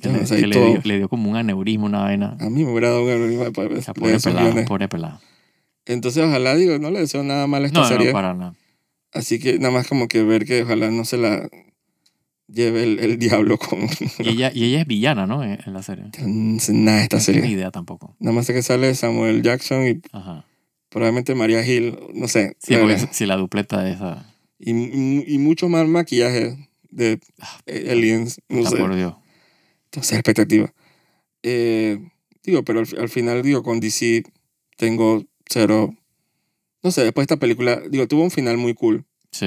Que, Ya, le, o sea, y que le todo. Ah, dio, le dio como un aneurisma, una vaina. A mí me hubiera dado un anónimo para O leer sea, pobre esos pelado, pues. guiones. pobre pelado. Entonces, ojalá, digo, no le deseo nada mal a esta No, serie. no, para nada. Así que nada más como que ver que ojalá no se la lleve el, el diablo con Y ella, y ella es villana, ¿no? En, en la serie. nada esta No tengo ni serie. idea tampoco. Nada más sé que sale Samuel Jackson y Ajá. probablemente María Hill, no sé. Sí, la porque verdad. si la dupleta es esa. y, y, y mucho más maquillaje de Ah, eh, aliens, no puta, sé. por Dios. Entonces, expectativa. Eh, digo, pero al, al final, digo, con DC tengo cero... No sé, después de esta película, digo, tuvo un final muy cool. Sí.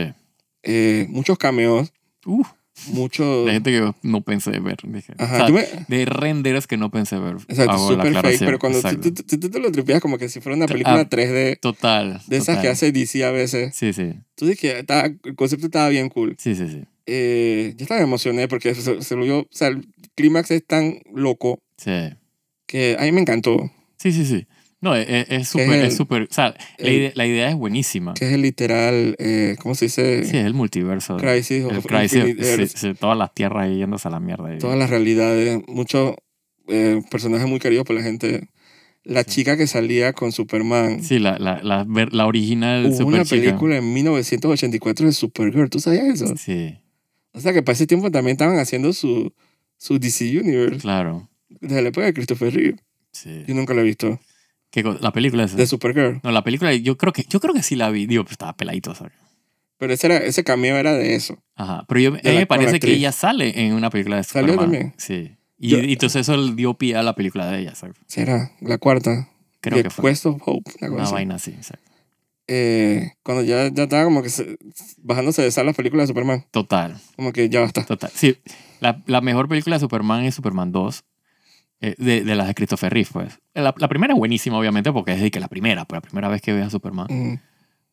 Eh, muchos cameos, Uh, muchos... <laughs> la gente que no pensé ver. dije. Ajá, O sea, yo me- de renders que no pensé ver. Exacto, Hago Ah, la súper fake, aclaración. pero cuando tú, Exacto. tú- tú- tú te lo tripeas como que si fuera una Te- película ah, 3D Total. de esas total. que hace DC a veces, Sí, sí. tú dices que estaba- el concepto estaba bien cool. Sí, sí, sí. Eh, yo estaba emocioné porque se, se lo vio, o sea, el clímax es tan loco Sí. que a mí me encantó, Sí, sí, sí. No, es- es es súper, el- es súper. O sea, la el- idea, la idea es buenísima. que es el literal, eh, ¿cómo se dice? Ah. Sí, es el multiverso. Crisis el of Crisis. Infinite Earths. sí, sí, todas las tierras ahí yéndose a la mierda. ahí. Todas las realidades, muchos eh, personajes muy queridos por la gente. La Sí. chica que salía con Superman. Sí, la, la, la, ver- la original Hubo una superchica. película en 1984 de Supergirl, ¿tú sabías eso? Sí, O sea que para ese tiempo también estaban haciendo su, su DC Universe. claro. Desde la época de Christopher Reeve. Sí. Yo nunca la he visto. ¿Qué co- la película es De Supergirl. No, la película yo creo que yo creo que sí la vi. Digo, pues estaba peladito. ¿sabes? Pero ese, era, ese cameo era de eso. Ajá. Pero yo, a mí la- me con la parece que actriz. ella sale en una película de Salió Superman. también. Sí. Y, Yo- y entonces eso le dio pie a la película de ella. ¿sabes? Será la cuarta. Creo The que fue Quest of Hope. Una cosa una así. vaina así. ¿sabes? Eh, cuando ya, ya estaba como que se- bajándose de esas las películas de Superman. Total, Como que ya basta. total. Sí, la, la mejor película de Superman es Superman 2. eh, de, de las de Christopher Reeve, pues. La, la primera es buenísima, obviamente, porque es de que la primera, pues, la primera vez que ves a Superman. Mm,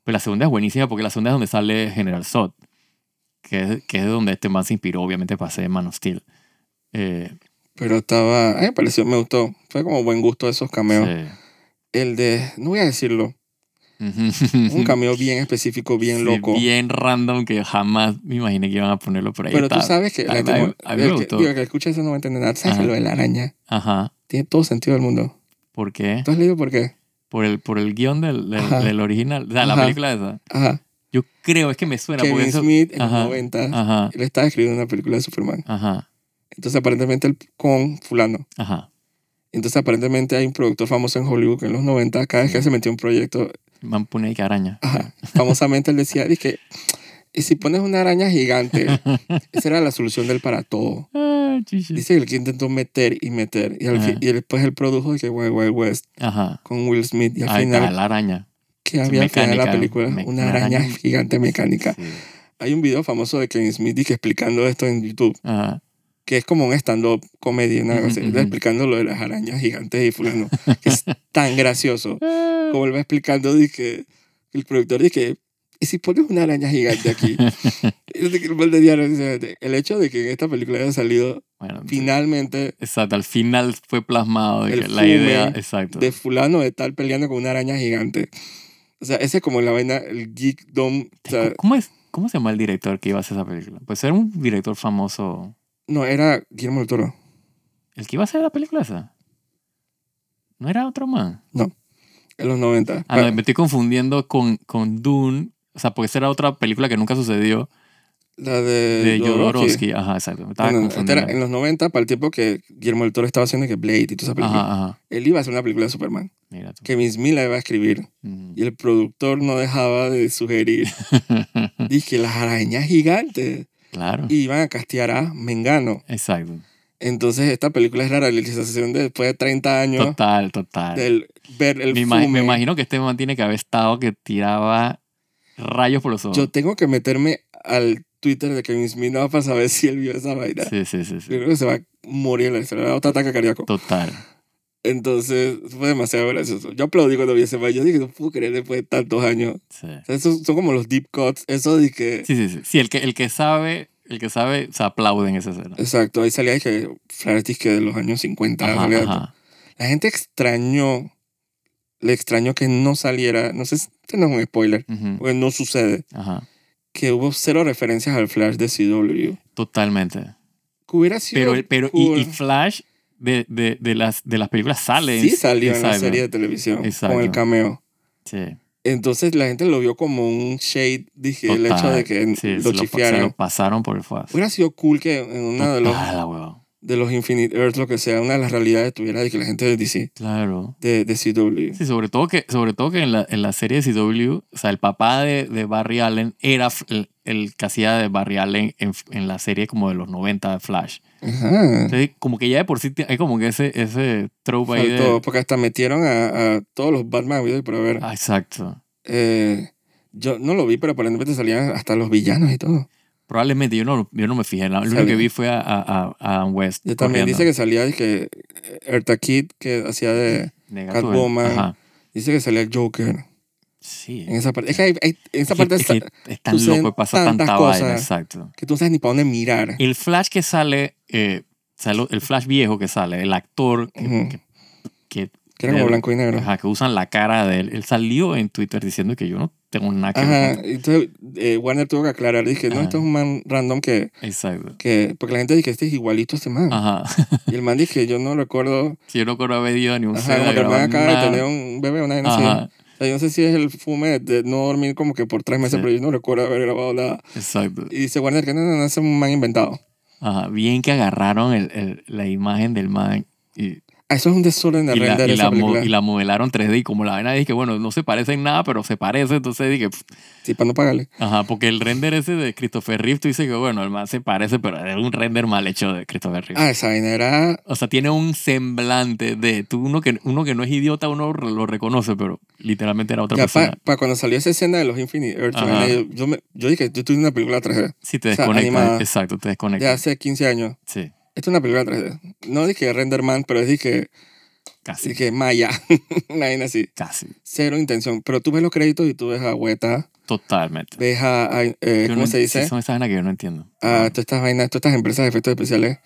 Pero la segunda es buenísima porque la segunda es donde sale General Zod, que es, que es donde este man se inspiró, obviamente, para hacer Man of Steel. Eh, Pero estaba... A mí me pareció, me gustó. Fue como buen gusto esos cameos. sí. El de... No voy a decirlo. <laughs> Un cameo bien específico, bien Sí, loco. Bien random que jamás me imaginé que iban a ponerlo por ahí. Pero tú Está- sabes que... a La mí- gente- a mí me el que- gustó. digo, el que escucha eso no va a entender nada. ¿Sabes que Ajá. lo de la araña? Ajá. Tiene todo sentido del mundo. ¿Por qué? ¿Tú has leído por qué? Por el, por el guión del, del, Ajá. del original. O sea, la Ajá. película esa. Ajá. Yo creo, es que me suena. Porque Kevin eso, Smith en Ajá. los 90. ajá, Él estaba escribiendo una película de Superman. ajá, Entonces, aparentemente, él con fulano. ajá. Entonces, aparentemente, hay un productor famoso en Hollywood que en los 90, cada vez que se metió un proyecto, Me han puesto ahí que araña. Ajá. Famosamente él decía, dije, y si pones una araña <laughs> gigante, esa era la solución del para todo. Ah, chiche. Dice que el que intentó meter y meter, y, al Ajá. fin- y después él produjo de que Wild Wild West Ajá. con Will Smith, y al Ahí está, final, la araña. que había al final de la mecánica, película? me- una araña araña. gigante mecánica. Sí. Hay un video famoso de Kevin Smith, dije, explicando esto en YouTube, Ajá. que es como un stand-up comedy, una Ujú, cosa, ujú. explicando lo de las arañas gigantes y fulano, que <laughs> es tan gracioso. como él va explicando, dije, el productor dije, ¿y si pones una araña gigante <laughs> aquí? Y dice que el mal de diario dice, el hecho de que en esta película haya salido Bueno, finalmente exacto, al final fue plasmado de El que la idea, fume exacto. de fulano de tal peleando con una araña gigante. O sea, ese es como la vaina, el geekdom. O sea, ¿Cómo, es, ¿Cómo se llama el director que iba a hacer esa película? Pues era un director famoso. no, era Guillermo del Toro. ¿El que iba a hacer la película esa? ¿No era otro man? En los 90. Ah, no, me estoy confundiendo con, con Dune. O sea, porque esa era otra película que nunca sucedió la de, de Jodorowsky. Jodorowsky. Ajá, exacto. Me estaba No, no, esta era confundiendo. en los 90, para el tiempo que Guillermo del Toro estaba haciendo que Blade y toda esa película. Ajá, ajá. Él iba a hacer una película de Superman. Mira tú. Que Miss Mila iba a escribir. Mm. Y el productor no dejaba de <laughs> sugerir. Dije, las arañas gigantes. claro. Y iban a castear a Mengano. Exacto. Entonces, esta película es la realización de después de 30 años Total, total. del ver el me, ima- me fume. imagino que este man tiene que haber estado que tiraba rayos por los ojos. Yo tengo que meterme al Twitter de Kevin Smith nada más para saber <laughs> si él vio esa vaina. sí, sí, sí, sí. Yo creo que se va a morir, se le va a dar otro ataque cardíaco. Total. Entonces, fue demasiado gracioso. Yo aplaudí cuando vi ese vaina. Yo dije, no puedo creer después de tantos años. Sí. O sea, esos son como los deep cuts. Eso de que... Sí, sí, sí. Sí, el que, el que sabe, el que sabe, se aplaude en esa escena. Exacto, ahí salía que Flaherty que de los años 50. Ajá, salía- ajá. La gente extrañó, le extrañó que no saliera, no sé, este no es un spoiler, Ujú, porque no sucede, ajá. que hubo cero referencias al Flash de CW. Totalmente. Que hubiera sido Pero, pero y, cool. y Flash de, de, de las, de las películas sale. sí en- salió en la Cyber. serie de televisión Exacto. con el cameo. Sí, Entonces la gente lo vio como un shade, dije, el hecho total. de que Sí, se lo pa- se chifiaran. lo pasaron por el FAS. Hubiera sido cool que en una de los, Total, huevón. de los Infinite Earth, lo que sea, una de las realidades tuviera de que la gente de DC, Claro. de, de CW. Sí, sobre todo que, sobre todo que en, la, en la serie de CW, o sea, el papá de, de Barry Allen era f- el, el que hacía de Barry Allen en, en la serie como de los 90 de Flash. Ajá. Entonces, como que ya de por sí te- hay como que ese, ese trope ahí Faltó, de... porque hasta metieron a, a todos los Batman habidos y por haber. Ah, exacto. Eh, yo no lo vi, pero aparentemente salían hasta los villanos y todo. Probablemente yo no, yo no me fijé. Lo único Sabe. que vi fue a, a, a- a Adam West. Yo también dice que salía que eh, Erta Kid, que hacía de. Catwoman. Dice que salía el Joker Sí. en esa parte. Es que hay, hay- en esa Es que- parte es que sa- es tan suceden loco, pasa tantas tanta cosas. vaina. Exacto. que tú no sabes ni para dónde mirar. El Flash que sale, eh, sale- el Flash viejo que sale, el actor que, Ujú. que- que- Que era como del- blanco y negro. Ajá. ajá, que usan la cara de él, él salió en Twitter diciendo que yo no tengo nada que ver. con- Entonces eh, Warner tuvo que aclarar. Dije, no, Ajá. esto es un man random que. Exacto. que porque la gente dice que este es igualito a este Ah. man. Ajá. <laughs> Y el man dije, yo no recuerdo. Si yo <laughs> no recuerdo haber ido a ni un Ajá, como que el man acaba de tener un bebé, una vaina así. Ajá, O sea, yo no sé si es el fume de no dormir como que por tres meses, Sí. pero yo no recuerdo haber grabado nada. exacto. Y dice Warner que no, no, no, ese es un man inventado. Ajá, bien que agarraron el- el- la imagen del man y, Ah, Eso es un desorden de y la, render y esa la mo- película. y la modelaron 3D y como la vaina dije, bueno, no se parece en nada, pero se parece, entonces dije, pff, Sí, para no pagarle. ajá, porque el render ese de Christopher Reeve, tú dices que bueno, el man se parece, pero era un render mal hecho de Christopher Reeve. Ah, esa vaina era... O sea, tiene un semblante de, tú, uno que, uno que no es idiota, uno re- lo reconoce, pero literalmente era otra Ya persona. para cuando salió esa escena de los Infinite Earth, Ajá. vaina, yo, yo me- yo dije, yo estoy en una película 3D Si te o sea, desconectas, animada. exacto, te de desconectas. hace 15 años. Sí, Esto es una película 3D. No dije Renderman, pero dije, casi, dije Maya. <laughs> una vaina así. casi, Cero intención. Pero tú ves los créditos y tú ves a Weta, totalmente. ves a... a- eh, Yo ¿Cómo no- se dice? Ah. sí, Son esas vainas que yo no entiendo. a todas estas vainas, todas estas empresas de efectos especiales,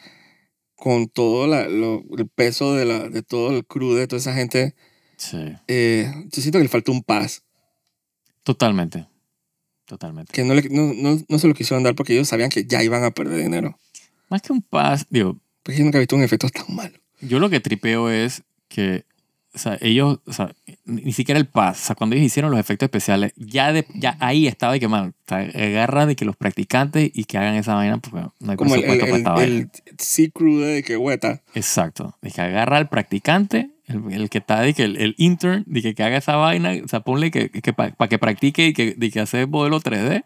con todo la- lo- el peso de, la, de todo el crew, de toda esa gente, Sí. eh, yo siento que le falta un paz. Totalmente. Totalmente. Que no, le- no, no, no se lo quisieron dar porque ellos sabían que ya iban a perder dinero. Más que un pass, digo, Porque yo nunca he visto un efecto tan malo. Yo lo que tripeo es que o sea, ellos, o sea, ni ni siquiera el pass, o sea, cuando ellos hicieron los efectos especiales, ya, de, ya ahí estaba de que mal, o sea, agarra de que los practicantes y que hagan esa vaina, porque no hay Como el, el, presupuesto para el, esta vaina. el Sea Crew de que hueta. Exacto, de que agarra al practicante, el, el que está, de que el, el intern, de que, que haga esa vaina, o sea, ponle que, para que practique y que, de que hace modelo 3D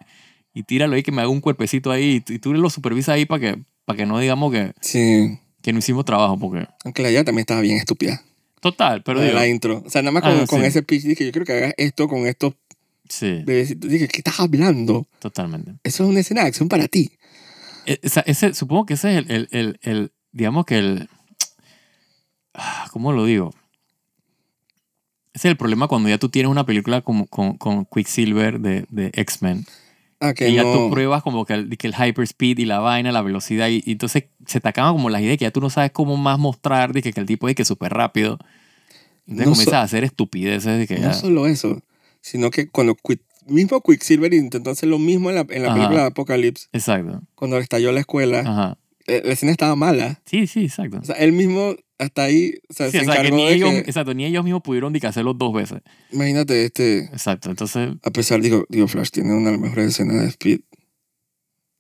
y tíralo ahí que me haga un cuerpecito ahí y, y tú lo supervisas ahí para que, para que no digamos que, Sí. que no hicimos trabajo, porque... Aunque la idea también estaba bien estúpida. Total, pero la, de digo, la intro. O sea, nada más con, Ah, con sí. ese pitch dije, yo creo que hagas esto con estos sí, bebecitos. Dije, ¿qué estás hablando? totalmente. Eso es una escena de acción para ti. Eh, o sea, ese, supongo que ese es el, el- el- el- digamos que el, Ah, ¿cómo lo digo? Ese es el problema cuando ya tú tienes una película como, con, con Quicksilver de, de X-Men. Ah, que y ya no. tú pruebas como que el, que el hyperspeed y la vaina, la velocidad. Y, y entonces se te acaban como las ideas que ya tú no sabes cómo más mostrar de que, que el tipo es de que súper rápido. Entonces No comienzas so- a hacer estupideces de que No ya- solo eso, sino que cuando Qui- mismo Quicksilver intentó hacer lo mismo en la, en la Ajá. Ah. película de Apocalypse, Exacto. cuando estalló la escuela, Ajá. eh, la escena estaba mala. Sí, sí, exacto. O sea, él mismo hasta ahí o sea, Sí, se o sea, que encargó ni de ellos, que- exacto, ni ellos mismos pudieron de que hacerlo dos veces. Imagínate, este, Exacto. Entonces, a pesar, digo, digo, Flash tiene una de las mejores escenas de Speed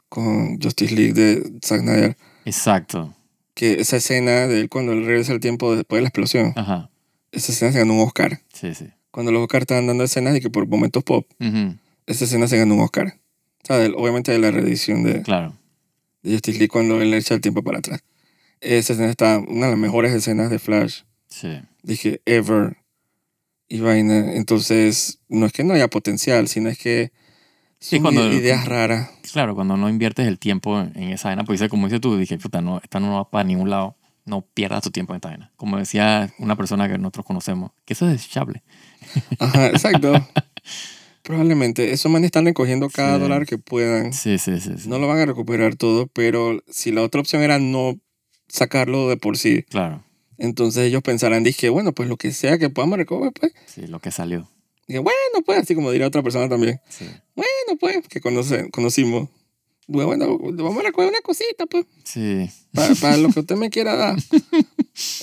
con Justice League de Zack Snyder, exacto. que esa escena de él cuando él regresa al tiempo después de la explosión, Ajá. esa escena se ganó un Oscar. Sí, sí. Cuando los Oscars estaban dando escenas y que por momentos pop, Ujú, esa escena se ganó un Oscar. O sea, del- obviamente de la reedición de... Claro. de Justice League cuando él echa el tiempo para atrás. Esa escena está una de las mejores escenas de Flash, Sí. dije, ever. Y vaina. Entonces, no es que no haya potencial, sino es que Sí, son cuando- i- ideas raras. Claro, cuando no inviertes el tiempo en, en esa vaina, pues dice, como dices tú, dije, puta, no, esta no va para ningún lado. No pierdas tu tiempo en esta vaina. Como decía una persona que nosotros conocemos, que eso es desechable. <laughs> Ajá, exacto. Probablemente. Esos manes están recogiendo cada Sí. dólar que puedan. Sí, sí, sí. sí. No lo van a recuperar todo, pero si la otra opción era no sacarlo de por sí, Claro. entonces ellos pensarán, dije, bueno, pues lo que sea que podamos recoger, pues. Sí, lo que salió. Dije, bueno, pues, así como diría otra persona también. Sí, bueno, pues, que conoce- conocimos. Bueno, bueno, vamos a recoger una cosita, pues, sí. para, lo que usted me quiera <laughs> dar.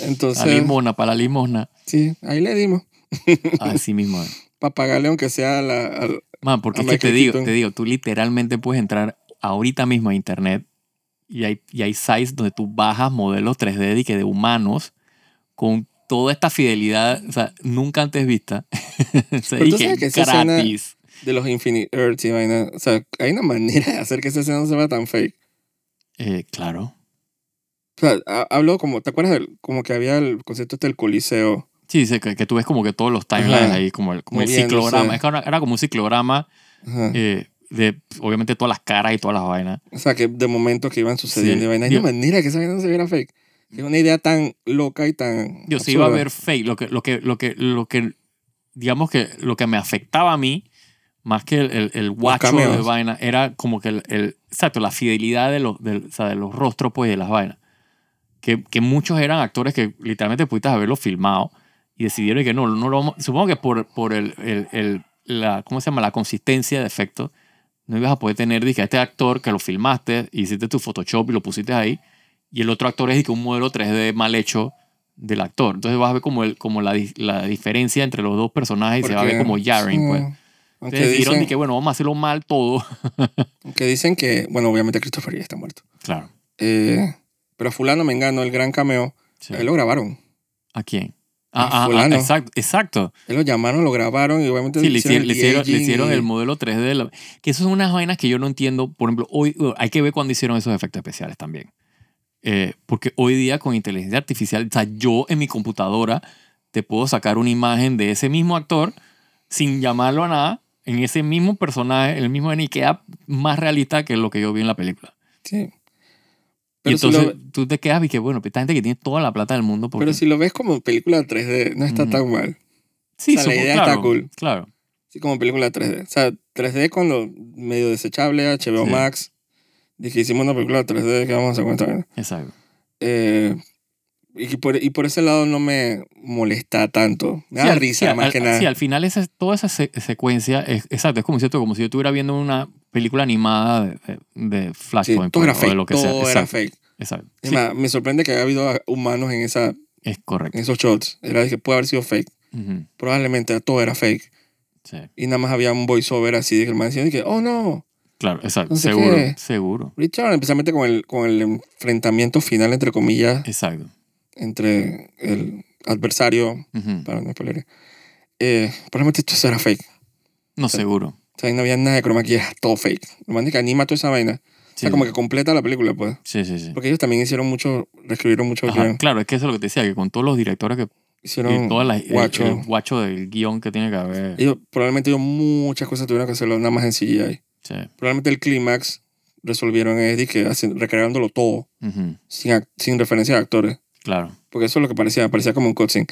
Entonces, La limosna, para la limosna. sí, ahí le dimos. Así mismo. es. Para pagarle, aunque sea la. al- Man, porque A es que te Michael digo, Keaton. te digo, tú literalmente puedes entrar ahorita mismo a internet y hay, y hay sites donde tú bajas modelos 3D y que de humanos con toda esta fidelidad, o sea, nunca antes vista. <laughs> O sea, Pero y tú que sabes que esa escena- gratis. de los Infinite Earth y vaina. O sea, hay una manera de hacer que esa escena no se vea tan fake. Eh, claro. O sea, ha- hablo como. ¿Te acuerdas del- como que había el concepto este del Coliseo? Sí, dice que, que tú ves como que todos los timelines Ajá. ahí, como el, como el Moviéndose. ciclograma. Es que ahora- era como un ciclograma Ajá. eh, de, obviamente, todas las caras y todas las vainas. O sea, que de momento que iban sucediendo Sí. y vaina. Hay Yo- una manera que esa vaina no se viera fake. Es una idea tan loca y tan. Yo sí iba a absurda. ver fake. Lo que, lo que, lo que, lo que, digamos que lo que me afectaba a mí, más que el, el, el guacho cameos. de vaina, era como que el, el- exacto, la fidelidad de los, del- o sea, de los rostros pues, y de las vainas. Que, que muchos eran actores que literalmente pudiste haberlo filmado y decidieron que no, no lo vamos- Supongo que por, por el, el- el- la, ¿cómo se llama? La consistencia de efecto, no ibas a poder tener, dije, a este actor que lo filmaste, hiciste tu Photoshop y lo pusiste ahí, y el otro actor es dije, un modelo 3D mal hecho del actor. Entonces vas a ver como, el, como la, di- la diferencia entre los dos personajes y se va a ver Porque, como Jaren, sí, pues. aunque Entonces dijeron dicen- de que, bueno, vamos a hacerlo mal todo. Que dicen que, bueno, obviamente Christopher ya está muerto. Claro. Eh, pero a Fulano Mengano, el gran cameo, sí. él lo grabaron. ¿A quién? A Ah, ah, ah, fulano. exacto, exacto. Él lo llamaron, lo grabaron y obviamente Sí, le hicieron, le hicieron, le de-aging hicieron y- el modelo 3D. de la- que eso son unas vainas que yo no entiendo. Por ejemplo, hoy uh, hay que ver cuando hicieron esos efectos especiales también. Eh, porque hoy día con inteligencia artificial, o sea, yo en mi computadora te puedo sacar una imagen de ese mismo actor sin llamarlo a nada, en ese mismo personaje, en el mismo en queda más realista que lo que yo vi en la película. Sí. Y Pero, entonces si lo, tú te quedas y que, bueno, pues, esta gente que tiene toda la plata del mundo. Porque, pero si lo ves como película 3D, no está Ujú. tan mal. sí, o sea, la supo- idea está cool. Claro. Sí, como película 3D. O sea, 3D con lo medio desechable, HBO Sí. Max. Dije, hicimos una película 3D que vamos a hacer con esta vaina. Exacto. Eh, Y por, y por ese lado no me molesta tanto. Me Sí, da al- risa, sí, más al- que nada. Sí, al final esa, toda esa se- secuencia, es, exacto, es como, cierto, como si yo estuviera viendo una película animada de, de- de Sí, Flashpoint todo pues, era o de fake. lo que sea. todo era Exacto, fake. exacto. Es Sí, más, me sorprende que haya habido a- humanos en, esa, es en correcto. esos shots. Era que puede haber sido fake. Ujú, Probablemente todo era fake. sí, Y nada más había un voiceover así de que el man decía, de que, oh no, claro, exacto, No sé seguro, qué. seguro, Richard, especialmente con el, con el enfrentamiento final, entre comillas, exacto. entre el adversario, ujú, para no spoiler, eh, probablemente todo eso era fake. No, Sí. seguro. O sea, ahí no había nada de croma aquí, era todo fake. Lo más es que anima toda esa vaina. O Sí, sea, como que completa la película, pues. sí, sí. sí. Porque ellos también hicieron mucho, reescribieron mucho, Ajá, guión. claro, es que eso es lo que te decía, que con todos los directores que, hicieron y todas las, el- guacho. el guacho del guión que tiene que haber. Ellos probablemente ellos muchas cosas tuvieron que hacerlo nada más en CGI. Sí, Probablemente el clímax resolvieron es de que hacen- recreándolo todo, ujú, sin, ac- sin referencia de actores. claro. Porque eso es lo que parecía, parecía como un cutscene.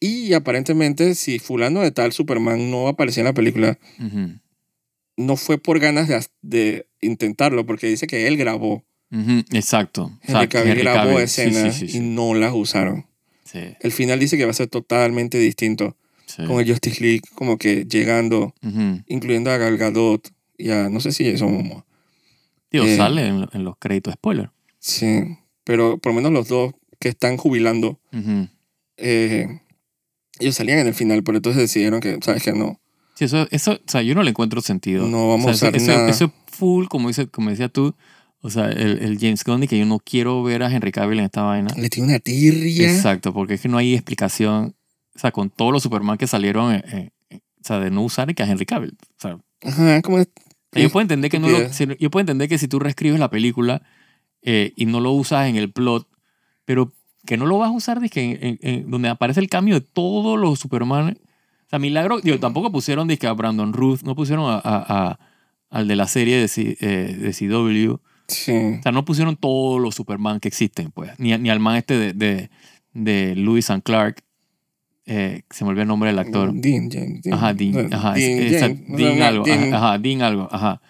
Y aparentemente, si fulano de tal Superman no aparecía en la película, ujú, no fue por ganas de, ha- de intentarlo, porque dice que él grabó. ujú, exacto. o sea, Henry Cavill Henry grabó Cavill, sí, escenas sí, sí, y sí, no las usaron. sí, El final dice que va a ser totalmente distinto. sí, Con el Justice League como que llegando, ujú. incluyendo a Gal Gadot y a, no sé si Jason Momoa. Tío, Eh, sale en, en los créditos spoiler. Sí, pero por lo menos los dos que están jubilando, Ujú. eh, ellos salían en el final, pero entonces decidieron que, ¿sabes qué? No, Sí, eso, eso, o sea, yo no le encuentro sentido. no vamos O sea, a usar eso, eso- nada. eso es full, como, dice, como decía tú, o sea, el, el James Gunn y que yo no quiero ver a Henry Cavill en esta vaina. Le tiene una tirria. Exacto, porque es que no hay explicación, o sea, con todos los Superman que salieron, eh, eh, eh, o sea, de no usar que a Henry Cavill. O sea, Ajá, como es- O sea, yo puedo entender que no lo- Estupidez. si- yo puedo entender que si tú reescribes la película eh, y no lo usas en el plot, pero que no lo vas a usar dizque, en, en- en donde aparece el cambio de todos los Superman. O sea, milagro, digo, tampoco pusieron dizque, a Brandon Ruth, no pusieron a, a- a- al de la serie de, C- eh, de CW. Sí. O sea, no pusieron todos los Superman que existen, pues. Ni, ni al man este de, de, de Lewis and Clark. eh, se me olvidó el nombre del actor. Dean James. Dean. Ajá, Dean. No, ajá, Dean es- esa- James. No, Dean no, algo. Dean- Ajá, ajá, Dean algo. Ajá.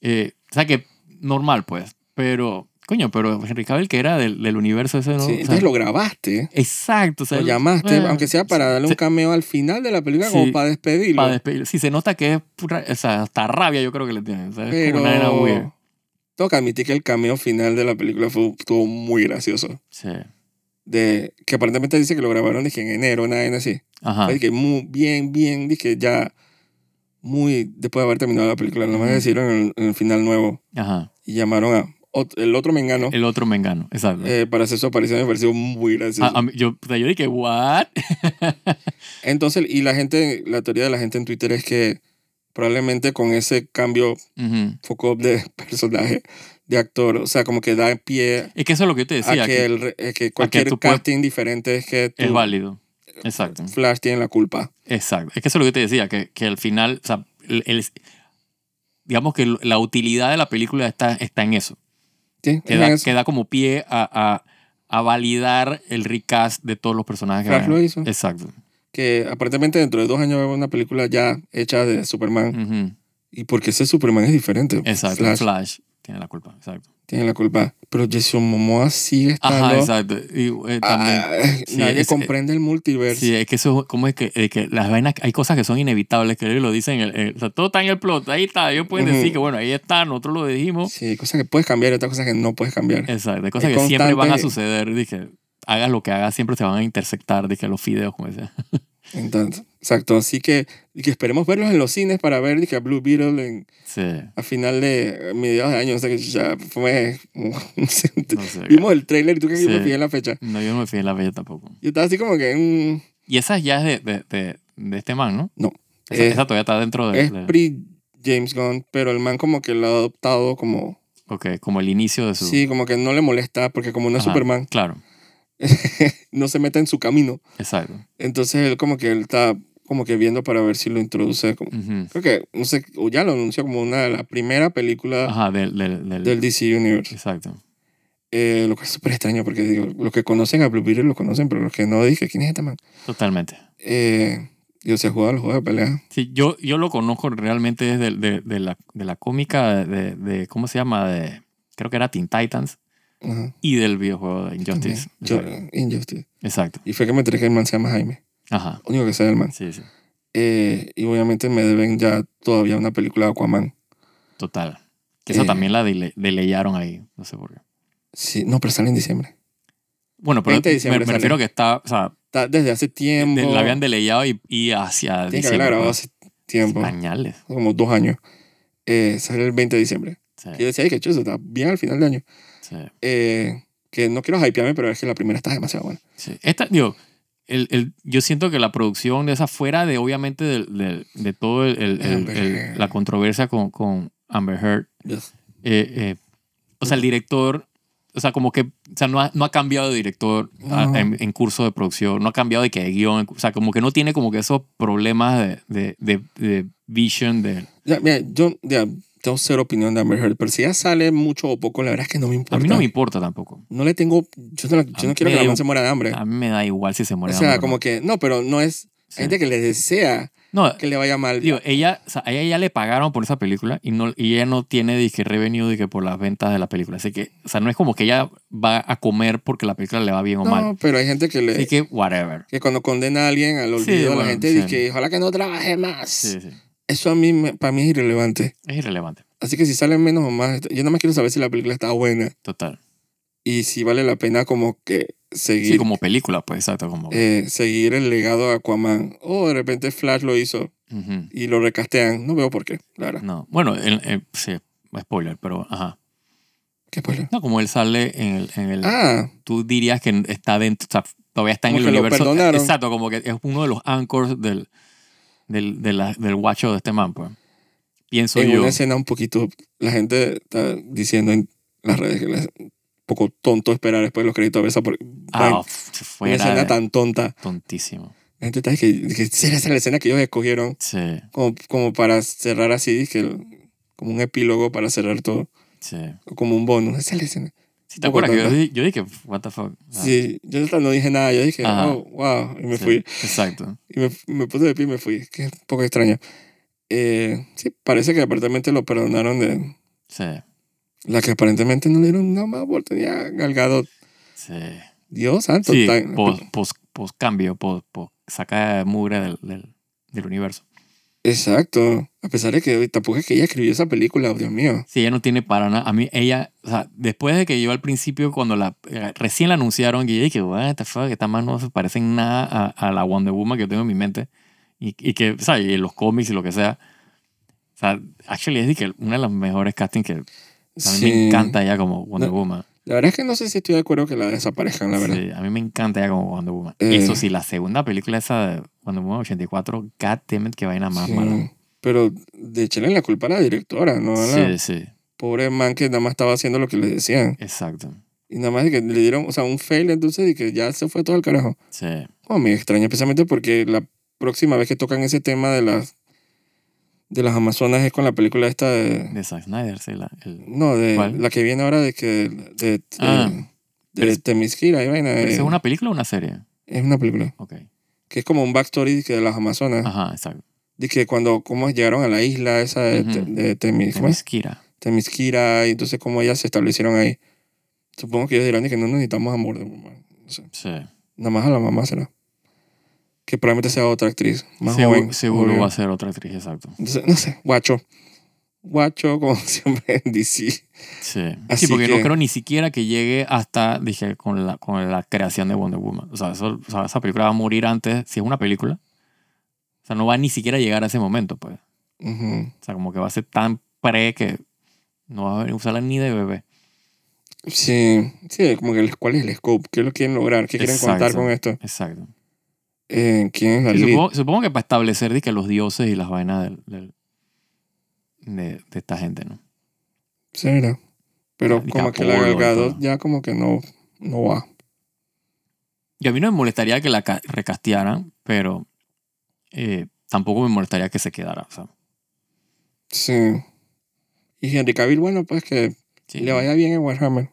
Eh, o sea que normal, pues. Pero, coño, pero Henry Cavill, que era del, del universo ese, ¿no? Sí, O sea, entonces lo grabaste, Exacto. O sea, lo él- llamaste, eh, aunque sea para darle un se- cameo al final de la película Sí. como para despedirlo. para despedir. Sí, se nota que es pura- o sea, hasta rabia yo creo que le tiene. O sea, es como pero una vaina weird. tengo que admitir que el cameo final de la película fue, estuvo muy gracioso. Sí. de que aparentemente dice que lo grabaron dije, en enero, una vaina así. Ajá. Dije, muy bien, bien, dije ya muy después de haber terminado la película, nomás Ujú. decidieron en, en el final nuevo Ajá. y llamaron a ot- el otro mengano El otro me engano. Exacto. Ah, eh, para hacer su aparición, me pareció muy gracioso. A- a mí- yo, o sea, yo dije, ¿what? <laughs> Entonces, y la gente, la teoría de la gente en Twitter es que probablemente con ese cambio Ujú. foco up de <laughs> personaje, de actor, o sea, como que da pie Es que eso es lo que yo te a decía, que, que el re- eh, que cualquier tú puedes- casting diferente es que es tú- válido. eh, Exacto. Flash tiene la culpa. Exacto. Es que eso es lo que te decía, que, que al final, o sea, el- el- digamos que la utilidad de la película está, está en eso. Sí, Que es da, eso. que da como pie a, a- a validar el recast de todos los personajes. que Flash vayan. lo hizo. Exacto. que aparentemente dentro de dos años va a haber una película ya hecha de Superman. Ujú. Y porque ese Superman es diferente. Mm. Exacto. Flash. Flash tiene la culpa. Exacto. tiene la culpa. Pero Jason Momoa sigue estando... Ajá, exacto. Y, eh, también. Ah, eh, Sí, <laughs> nadie es- comprende el multiverso. Sí, es que eso, como es que, eh, que las vainas, hay cosas que son inevitables, que ellos lo dicen, en el- en- o sea, todo está en el plot, ahí está, ellos pueden Ujú. decir que bueno, ahí está, nosotros lo dijimos, Sí, hay cosas que puedes cambiar y otras cosas que no puedes cambiar. Exacto, hay cosas que Hay siempre van a constantes- suceder. Dije, hagas lo que hagas, siempre se van a intersectar. Dije, los fideos, como decía. <laughs> Entonces, exacto. Así que, y que esperemos verlos en los cines para ver dije, a Blue Beetle en, Sí, a final de a mediados de año. O sea que ya fue... <laughs> no sé. Vimos el trailer y tú que Sí. yo me fijé en la fecha. No, yo no me fijé en la bella tampoco. Yo estaba así como que... mm, Y esa ya es de, de, de, de este man, ¿no? No. Esa, Eh, esa todavía está dentro de. es de- pre James Gunn, pero el man como que lo ha adoptado como... ok, como el inicio de su. Sí, como que no le molesta porque como no es Ajá, Superman, Claro, no se mete en su camino. exacto. Entonces él como que él está como que viendo para ver si lo introduce. como- Ujú. Creo que, no sé, o ya lo anunció como una de las primeras películas Ajá, del. del, del- Ah. del DC Universe. Exacto. Eh, lo que es súper extraño porque digo, los que conocen a Blue Beetle lo conocen, pero los que no dije, ¿quién es este man? Totalmente. Eh, yo se juega los juegos de pelea. Sí, yo, yo lo conozco realmente desde el- de, de la, de la cómica de, de- ¿Cómo se llama? De, creo que era Teen Titans. Ajá. y del videojuego de Injustice. Yo- Exacto. Injustice. Exacto. Y fue que me enteré que el man se llama Jaime. Ajá. Único que sea el man. Sí, sí. Eh, y obviamente me deben ya todavía una película de Aquaman. Total. Que esa Eh. también la dele- deleyaron ahí. No sé por qué. Sí, no, pero sale en diciembre. Bueno, pero 20 de me, diciembre me sale. refiero que está. O sea, Está desde hace de- tiempo. la habían deleyado y, y hacia Tiene que haberla grabado pues. hace tiempo. Pañales. Como dos años. Eh, sale el 20 de diciembre. Sí, Y yo decía, ay, qué chulo, está bien al final del año. sí, Eh, que no quiero hypearme, pero es que la primera está demasiado buena. sí. Esta, digo, el, el- yo siento que la producción de esa, fuera de obviamente del- del- de, todo el, el- el- Amber el- Heard. la controversia con, con Amber Heard, eh, eh, o sea, el director, o sea, como que, o sea, no ha, no ha cambiado de director a- No. en, en curso de producción, no ha cambiado de que de guión, o sea, como que no tiene como que esos problemas de, de, de, de vision de... Ya, mira, yo ya, tengo cero opinión de Amber Heard, pero si ya sale mucho o poco, la verdad es que no me importa. A mí no me importa tampoco. No le tengo. Yo no, la- yo A mí no quiero que la me- man se muera de hambre. A mí me da igual si se O muere. de sea, hambre o como no. que. No, pero no es. Hay Sí. gente que le desea No, que le vaya mal. Digo, ella, o sea, a ella ya le pagaron por esa película y, no, y ella no tiene disque revenue de que por las ventas de la película. Así que, o sea, no es como que ella va a comer porque la película le va bien o no, pues, mal. pero hay gente que le. Así que, whatever. que cuando condena a alguien al olvido, la bueno, gente sí. dice que ojalá que no trabaje más. Sí, sí. Eso a mí, me- para mí es irrelevante. Es irrelevante. Así que si sale menos o más, yo nada más quiero saber si la película está buena Total. y si vale la pena como que seguir, Sí, como película, pues, exacto. Como, eh, seguir el legado de Aquaman. O de repente Flash lo hizo Ujú. y lo recastean. No veo por qué, la verdad. No. Bueno, el- el- sí, spoiler, pero ajá. ¿Qué spoiler? No, como él sale en el. en el- Ah, Tú dirías que está dentro, o sea, todavía está en Como el que lo universo. perdonaron. Exacto, como que es uno de los anchors del, del, de la- del guacho de este man, pues. Pienso en yo. una escena un poquito, la gente está diciendo en las redes que es un poco tonto esperar después de los créditos a ver esa por- Ah, vaina. f- una fuera escena de- tan tonta. tontísimo. La gente está diciendo que, que "Será esa la escena que ellos escogieron. Sí, como, como para cerrar así, que el- como un epílogo para cerrar todo, sí. o como un bonus. Esa es la escena. ¿Sí ¿Te Un poco acuerdas que yo, tonta. di- yo dije, what the fuck? Ah, Sí, yo hasta no dije nada, yo dije, Ajá. oh, wow, y me sí, fui. Exacto. Y me, me puse de pie y me fui, que es un poco extraño. Eh, sí, parece que aparentemente lo perdonaron de Sí, la que aparentemente no le dieron una más oportunidad galgado. sí. Dios santo. Sí, pues, tan- pues, pos, pos, pos cambio, pos, pos pues, saca mugre del, del, del universo. Exacto. A pesar de que hoy tampoco es que ella escribió esa película, oh, Dios mío. Sí, ella no tiene para nada. A mí, ella, o sea, después de que yo al principio, cuando la eh, recién la anunciaron, y yo dije, what the fuck, esta más no se parece en nada a, a la Wonder Woman que yo tengo en mi mente. Y, y que, ¿sabes? Y en los cómics y lo que sea. O sea, actually es de que una de las mejores castings que A mí Sí. me encanta ella como Wonder No, Woman. La verdad es que no sé si estoy de acuerdo que la desaparezcan, la verdad. Sí, a mí me encanta ella como Wonder Woman. Eh. Eso sí, la segunda película esa de Wonder Woman 84, God damn it, que vaina más Sí, mala. Pero de echarle la culpa a la directora, ¿no? A la Sí, sí, pobre man que nada más estaba haciendo lo que le decían. exacto. Y nada más de que le dieron, o sea, un fail entonces y que ya se fue todo al carajo. Sí, Oh, me extraña precisamente porque la próxima vez que tocan ese tema de las de las Amazonas es con la película esta de... de Zack Snyder, sí, la, el- No, de ¿Cuál? la que viene ahora de que... De, de, Ah. de, de Temisquira, y vaina. ¿Pero eh, Ah. ¿Es una película o una serie? es una película. Ok. Que es como un backstory que de las Amazonas. Ajá, exacto. De que cuando, cómo llegaron a la isla esa de, Ujú. Te- de Temis- ¿cómo es? Temisquira. Temisquira, y entonces cómo ellas se establecieron ahí. Supongo que ellos dirán de que no necesitamos amor de mamá. No sé. Sí. Nada más a la mamá será. Que probablemente sea otra actriz, más Segu- joven. seguro obvio. va a ser otra actriz, exacto. Entonces, no sé, guacho. Guacho, como <laughs> siempre en DC. Sí. Así sí, porque no que- creo ni siquiera que llegue hasta, dije, con la, con la creación de Wonder Woman. O sea, eso- o sea, esa película va a morir antes, si es una película. O sea, no va ni siquiera a llegar a ese momento, pues. Ujú. O sea, como que va a ser tan pre que no va a venir a usarla ni de bebé. Sí, sí, como que el- cuál es el scope, qué lo quieren lograr, qué quieren contar Exacto. con esto. Exacto. Eh, ¿Quién es la Sí, lead? supongo, supongo que para establecer de que los dioses y las vainas del, del- de, de esta gente, ¿no? Será. Pero Dije como que la Apolo y Galgado todo. ya como que no, no va. Y a mí no me molestaría que la ca- recastearan, pero eh, tampoco me molestaría que se quedara. O sea, Sí. Y Henry Cavill, bueno, pues que sí. le vaya bien en Warhammer.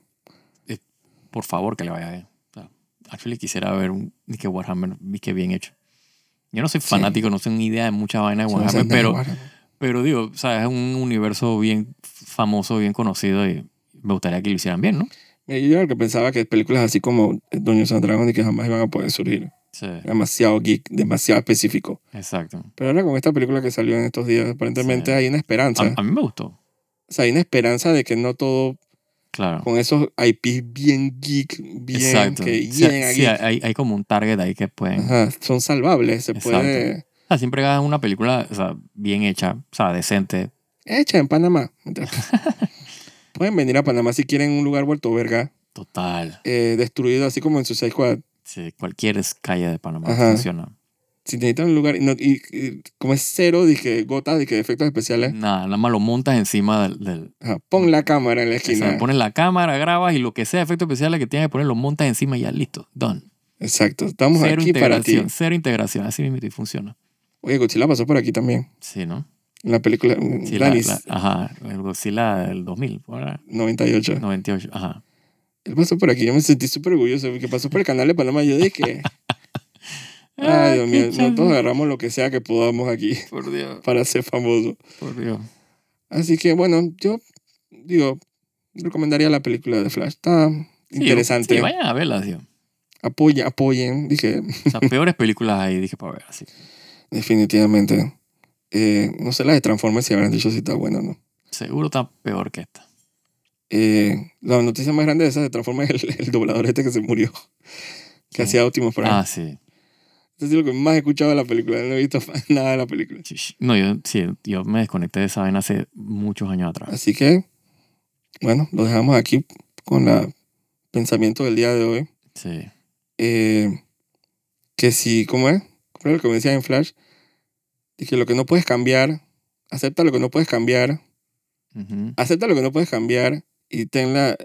por favor, que le vaya bien. O sea, actually quisiera ver un y que Warhammer y que bien hecho. Yo no soy fanático, no tengo ni idea de mucha vaina de Sí, no sé Warhammer, nada de pero, Warhammer. pero digo, o sea, es un universo bien famoso, bien conocido y me gustaría que lo hicieran bien, ¿no? Eh, Yo era el que pensaba que películas así como eh, Dungeons and Dragons y que jamás iban a poder surgir. Sí, Demasiado geek, demasiado específico. exacto. Pero ahora con esta película que salió en estos días, aparentemente Sí. hay una esperanza. A, a mí me gustó, O sea, hay una esperanza de que no todo claro. con esos IPs bien geek, bien, exacto. que Sí, bien a sí, geek, hay, hay como un target ahí que pueden... ajá, son salvables. Se Exacto. puede... O sea, siempre hagan una película o sea, bien hecha, o sea, decente. Hecha en <laughs> Panamá. Pueden venir a Panamá si quieren un lugar vuelto verga, Total. eh, destruido así como en su Squad. Sí, cualquier calle de Panamá Ajá. funciona. Si necesitan un lugar y, no- y- y como es cero, dije, gotas, dije, efectos especiales, Nada, nada más lo montas encima del... del ajá, pon la cámara en la o sea, esquina. pones la cámara, grabas y lo que sea, efectos especiales que tienes que poner, lo montas encima y ya listo. Done. Exacto, estamos Cero aquí para ti. integración, cero integración. Así mismo y funciona. Oye, Godzilla pasó por aquí también, Sí, ¿no? en la película mm, Sí, la, Danis, la- ajá, el Godzilla del 2000, ¿verdad? 98. 98, ajá. Él pasó por aquí, yo me sentí súper orgulloso, porque pasó por el canal de Panamá, yo <laughs> dije, Ah, ay Dios mío, nosotros agarramos lo que sea que podamos aquí <laughs> Por Dios, para ser famoso. por Dios. Así que bueno, yo digo, recomendaría la película de Flash, está Sí, interesante, Sí, vayan a verla, tío. Apoya- apoyen, dije, O sea, peores películas ahí, dije, para ver, así. Definitivamente. Eh, no sé la de Transformers si habrán dicho si está buena o no. Seguro está peor que esta. Eh, la noticia más grande de esa de Transformers es el, el doblador este que se murió. Que Sí. hacía Optimus Prime. Ah, sí. Eso es lo que más he escuchado de la película. No he visto <laughs> nada de la película. Sí, sí. No, yo, sí, yo me desconecté de esa vaina hace muchos años atrás. Así que, bueno, lo dejamos aquí con el pensamiento del día de hoy. Sí. Eh, que si, ¿cómo es? ¿Cómo era lo que me decía en Flash? Dije, lo que no puedes cambiar, acepta lo que no puedes cambiar. Ujú. acepta lo que no puedes cambiar y tenla,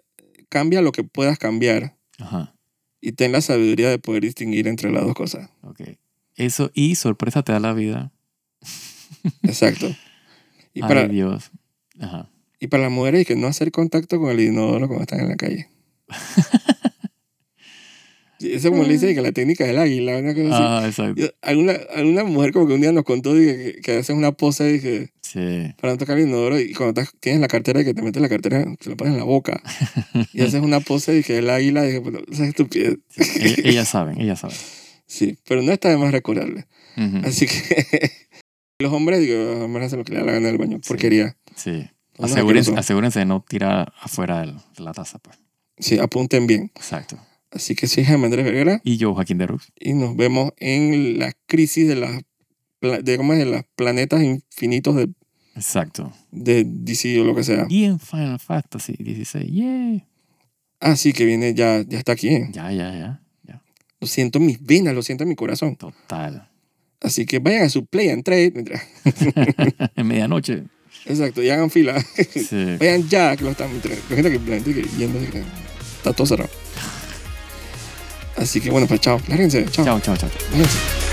cambia lo que puedas cambiar Ajá. y ten la sabiduría de poder distinguir entre las dos cosas. Ok. Eso y sorpresa te da la vida. Exacto. Y Ay, para, Dios. Ajá. y para las mujeres, y que no hacer contacto con el inodoro cuando están en la <laughs> calle. Y Eso como le dice que la técnica del águila, una cosa así. Ah, exacto. Yo- alguna, alguna mujer como que un día nos contó dije, que, que haces una pose dije, Sí. para no tocar el inodoro y cuando estás- tienes la cartera y que te metes la cartera, te la pones en la boca. Y haces una pose de que el águila, dije, bueno, esa es estupidez. Ella- ellas saben, ellas saben. Sí, pero no está de más recordarle. Ujú. Así que <laughs> los hombres, digo, los hombres hacen lo que le da la gana en el baño. Sí. Porquería. Sí. Vamos a Asegúrense, asqueroso. asegúrense de no tirar afuera del- de la taza, pues. Sí, apunten bien. Exacto. Así que soy Jaime Andrés Vergara Y yo, Joaquín de Rux. y nos vemos en la crisis de las, pla- de, ¿cómo es? de las planetas infinitos de, Exacto. de DC o lo que sea. Y en Final Fantasy 16. ¡Yay! Así que viene ya, ya está aquí. ¿eh? Ya, ya, ya. ya. Lo siento en mis venas, lo siento en mi corazón. Total. Así que vayan a su play and trade. Mentira. <laughs> en medianoche. Exacto, y hagan fila. <laughs> Sí. Vayan ya, que lo están entrando. Hay gente que plantea que yendo, así que está todo cerrado. Así que bueno, pues chao. Lárguense, chao. Chao, chao, chao. chao. Váyanse.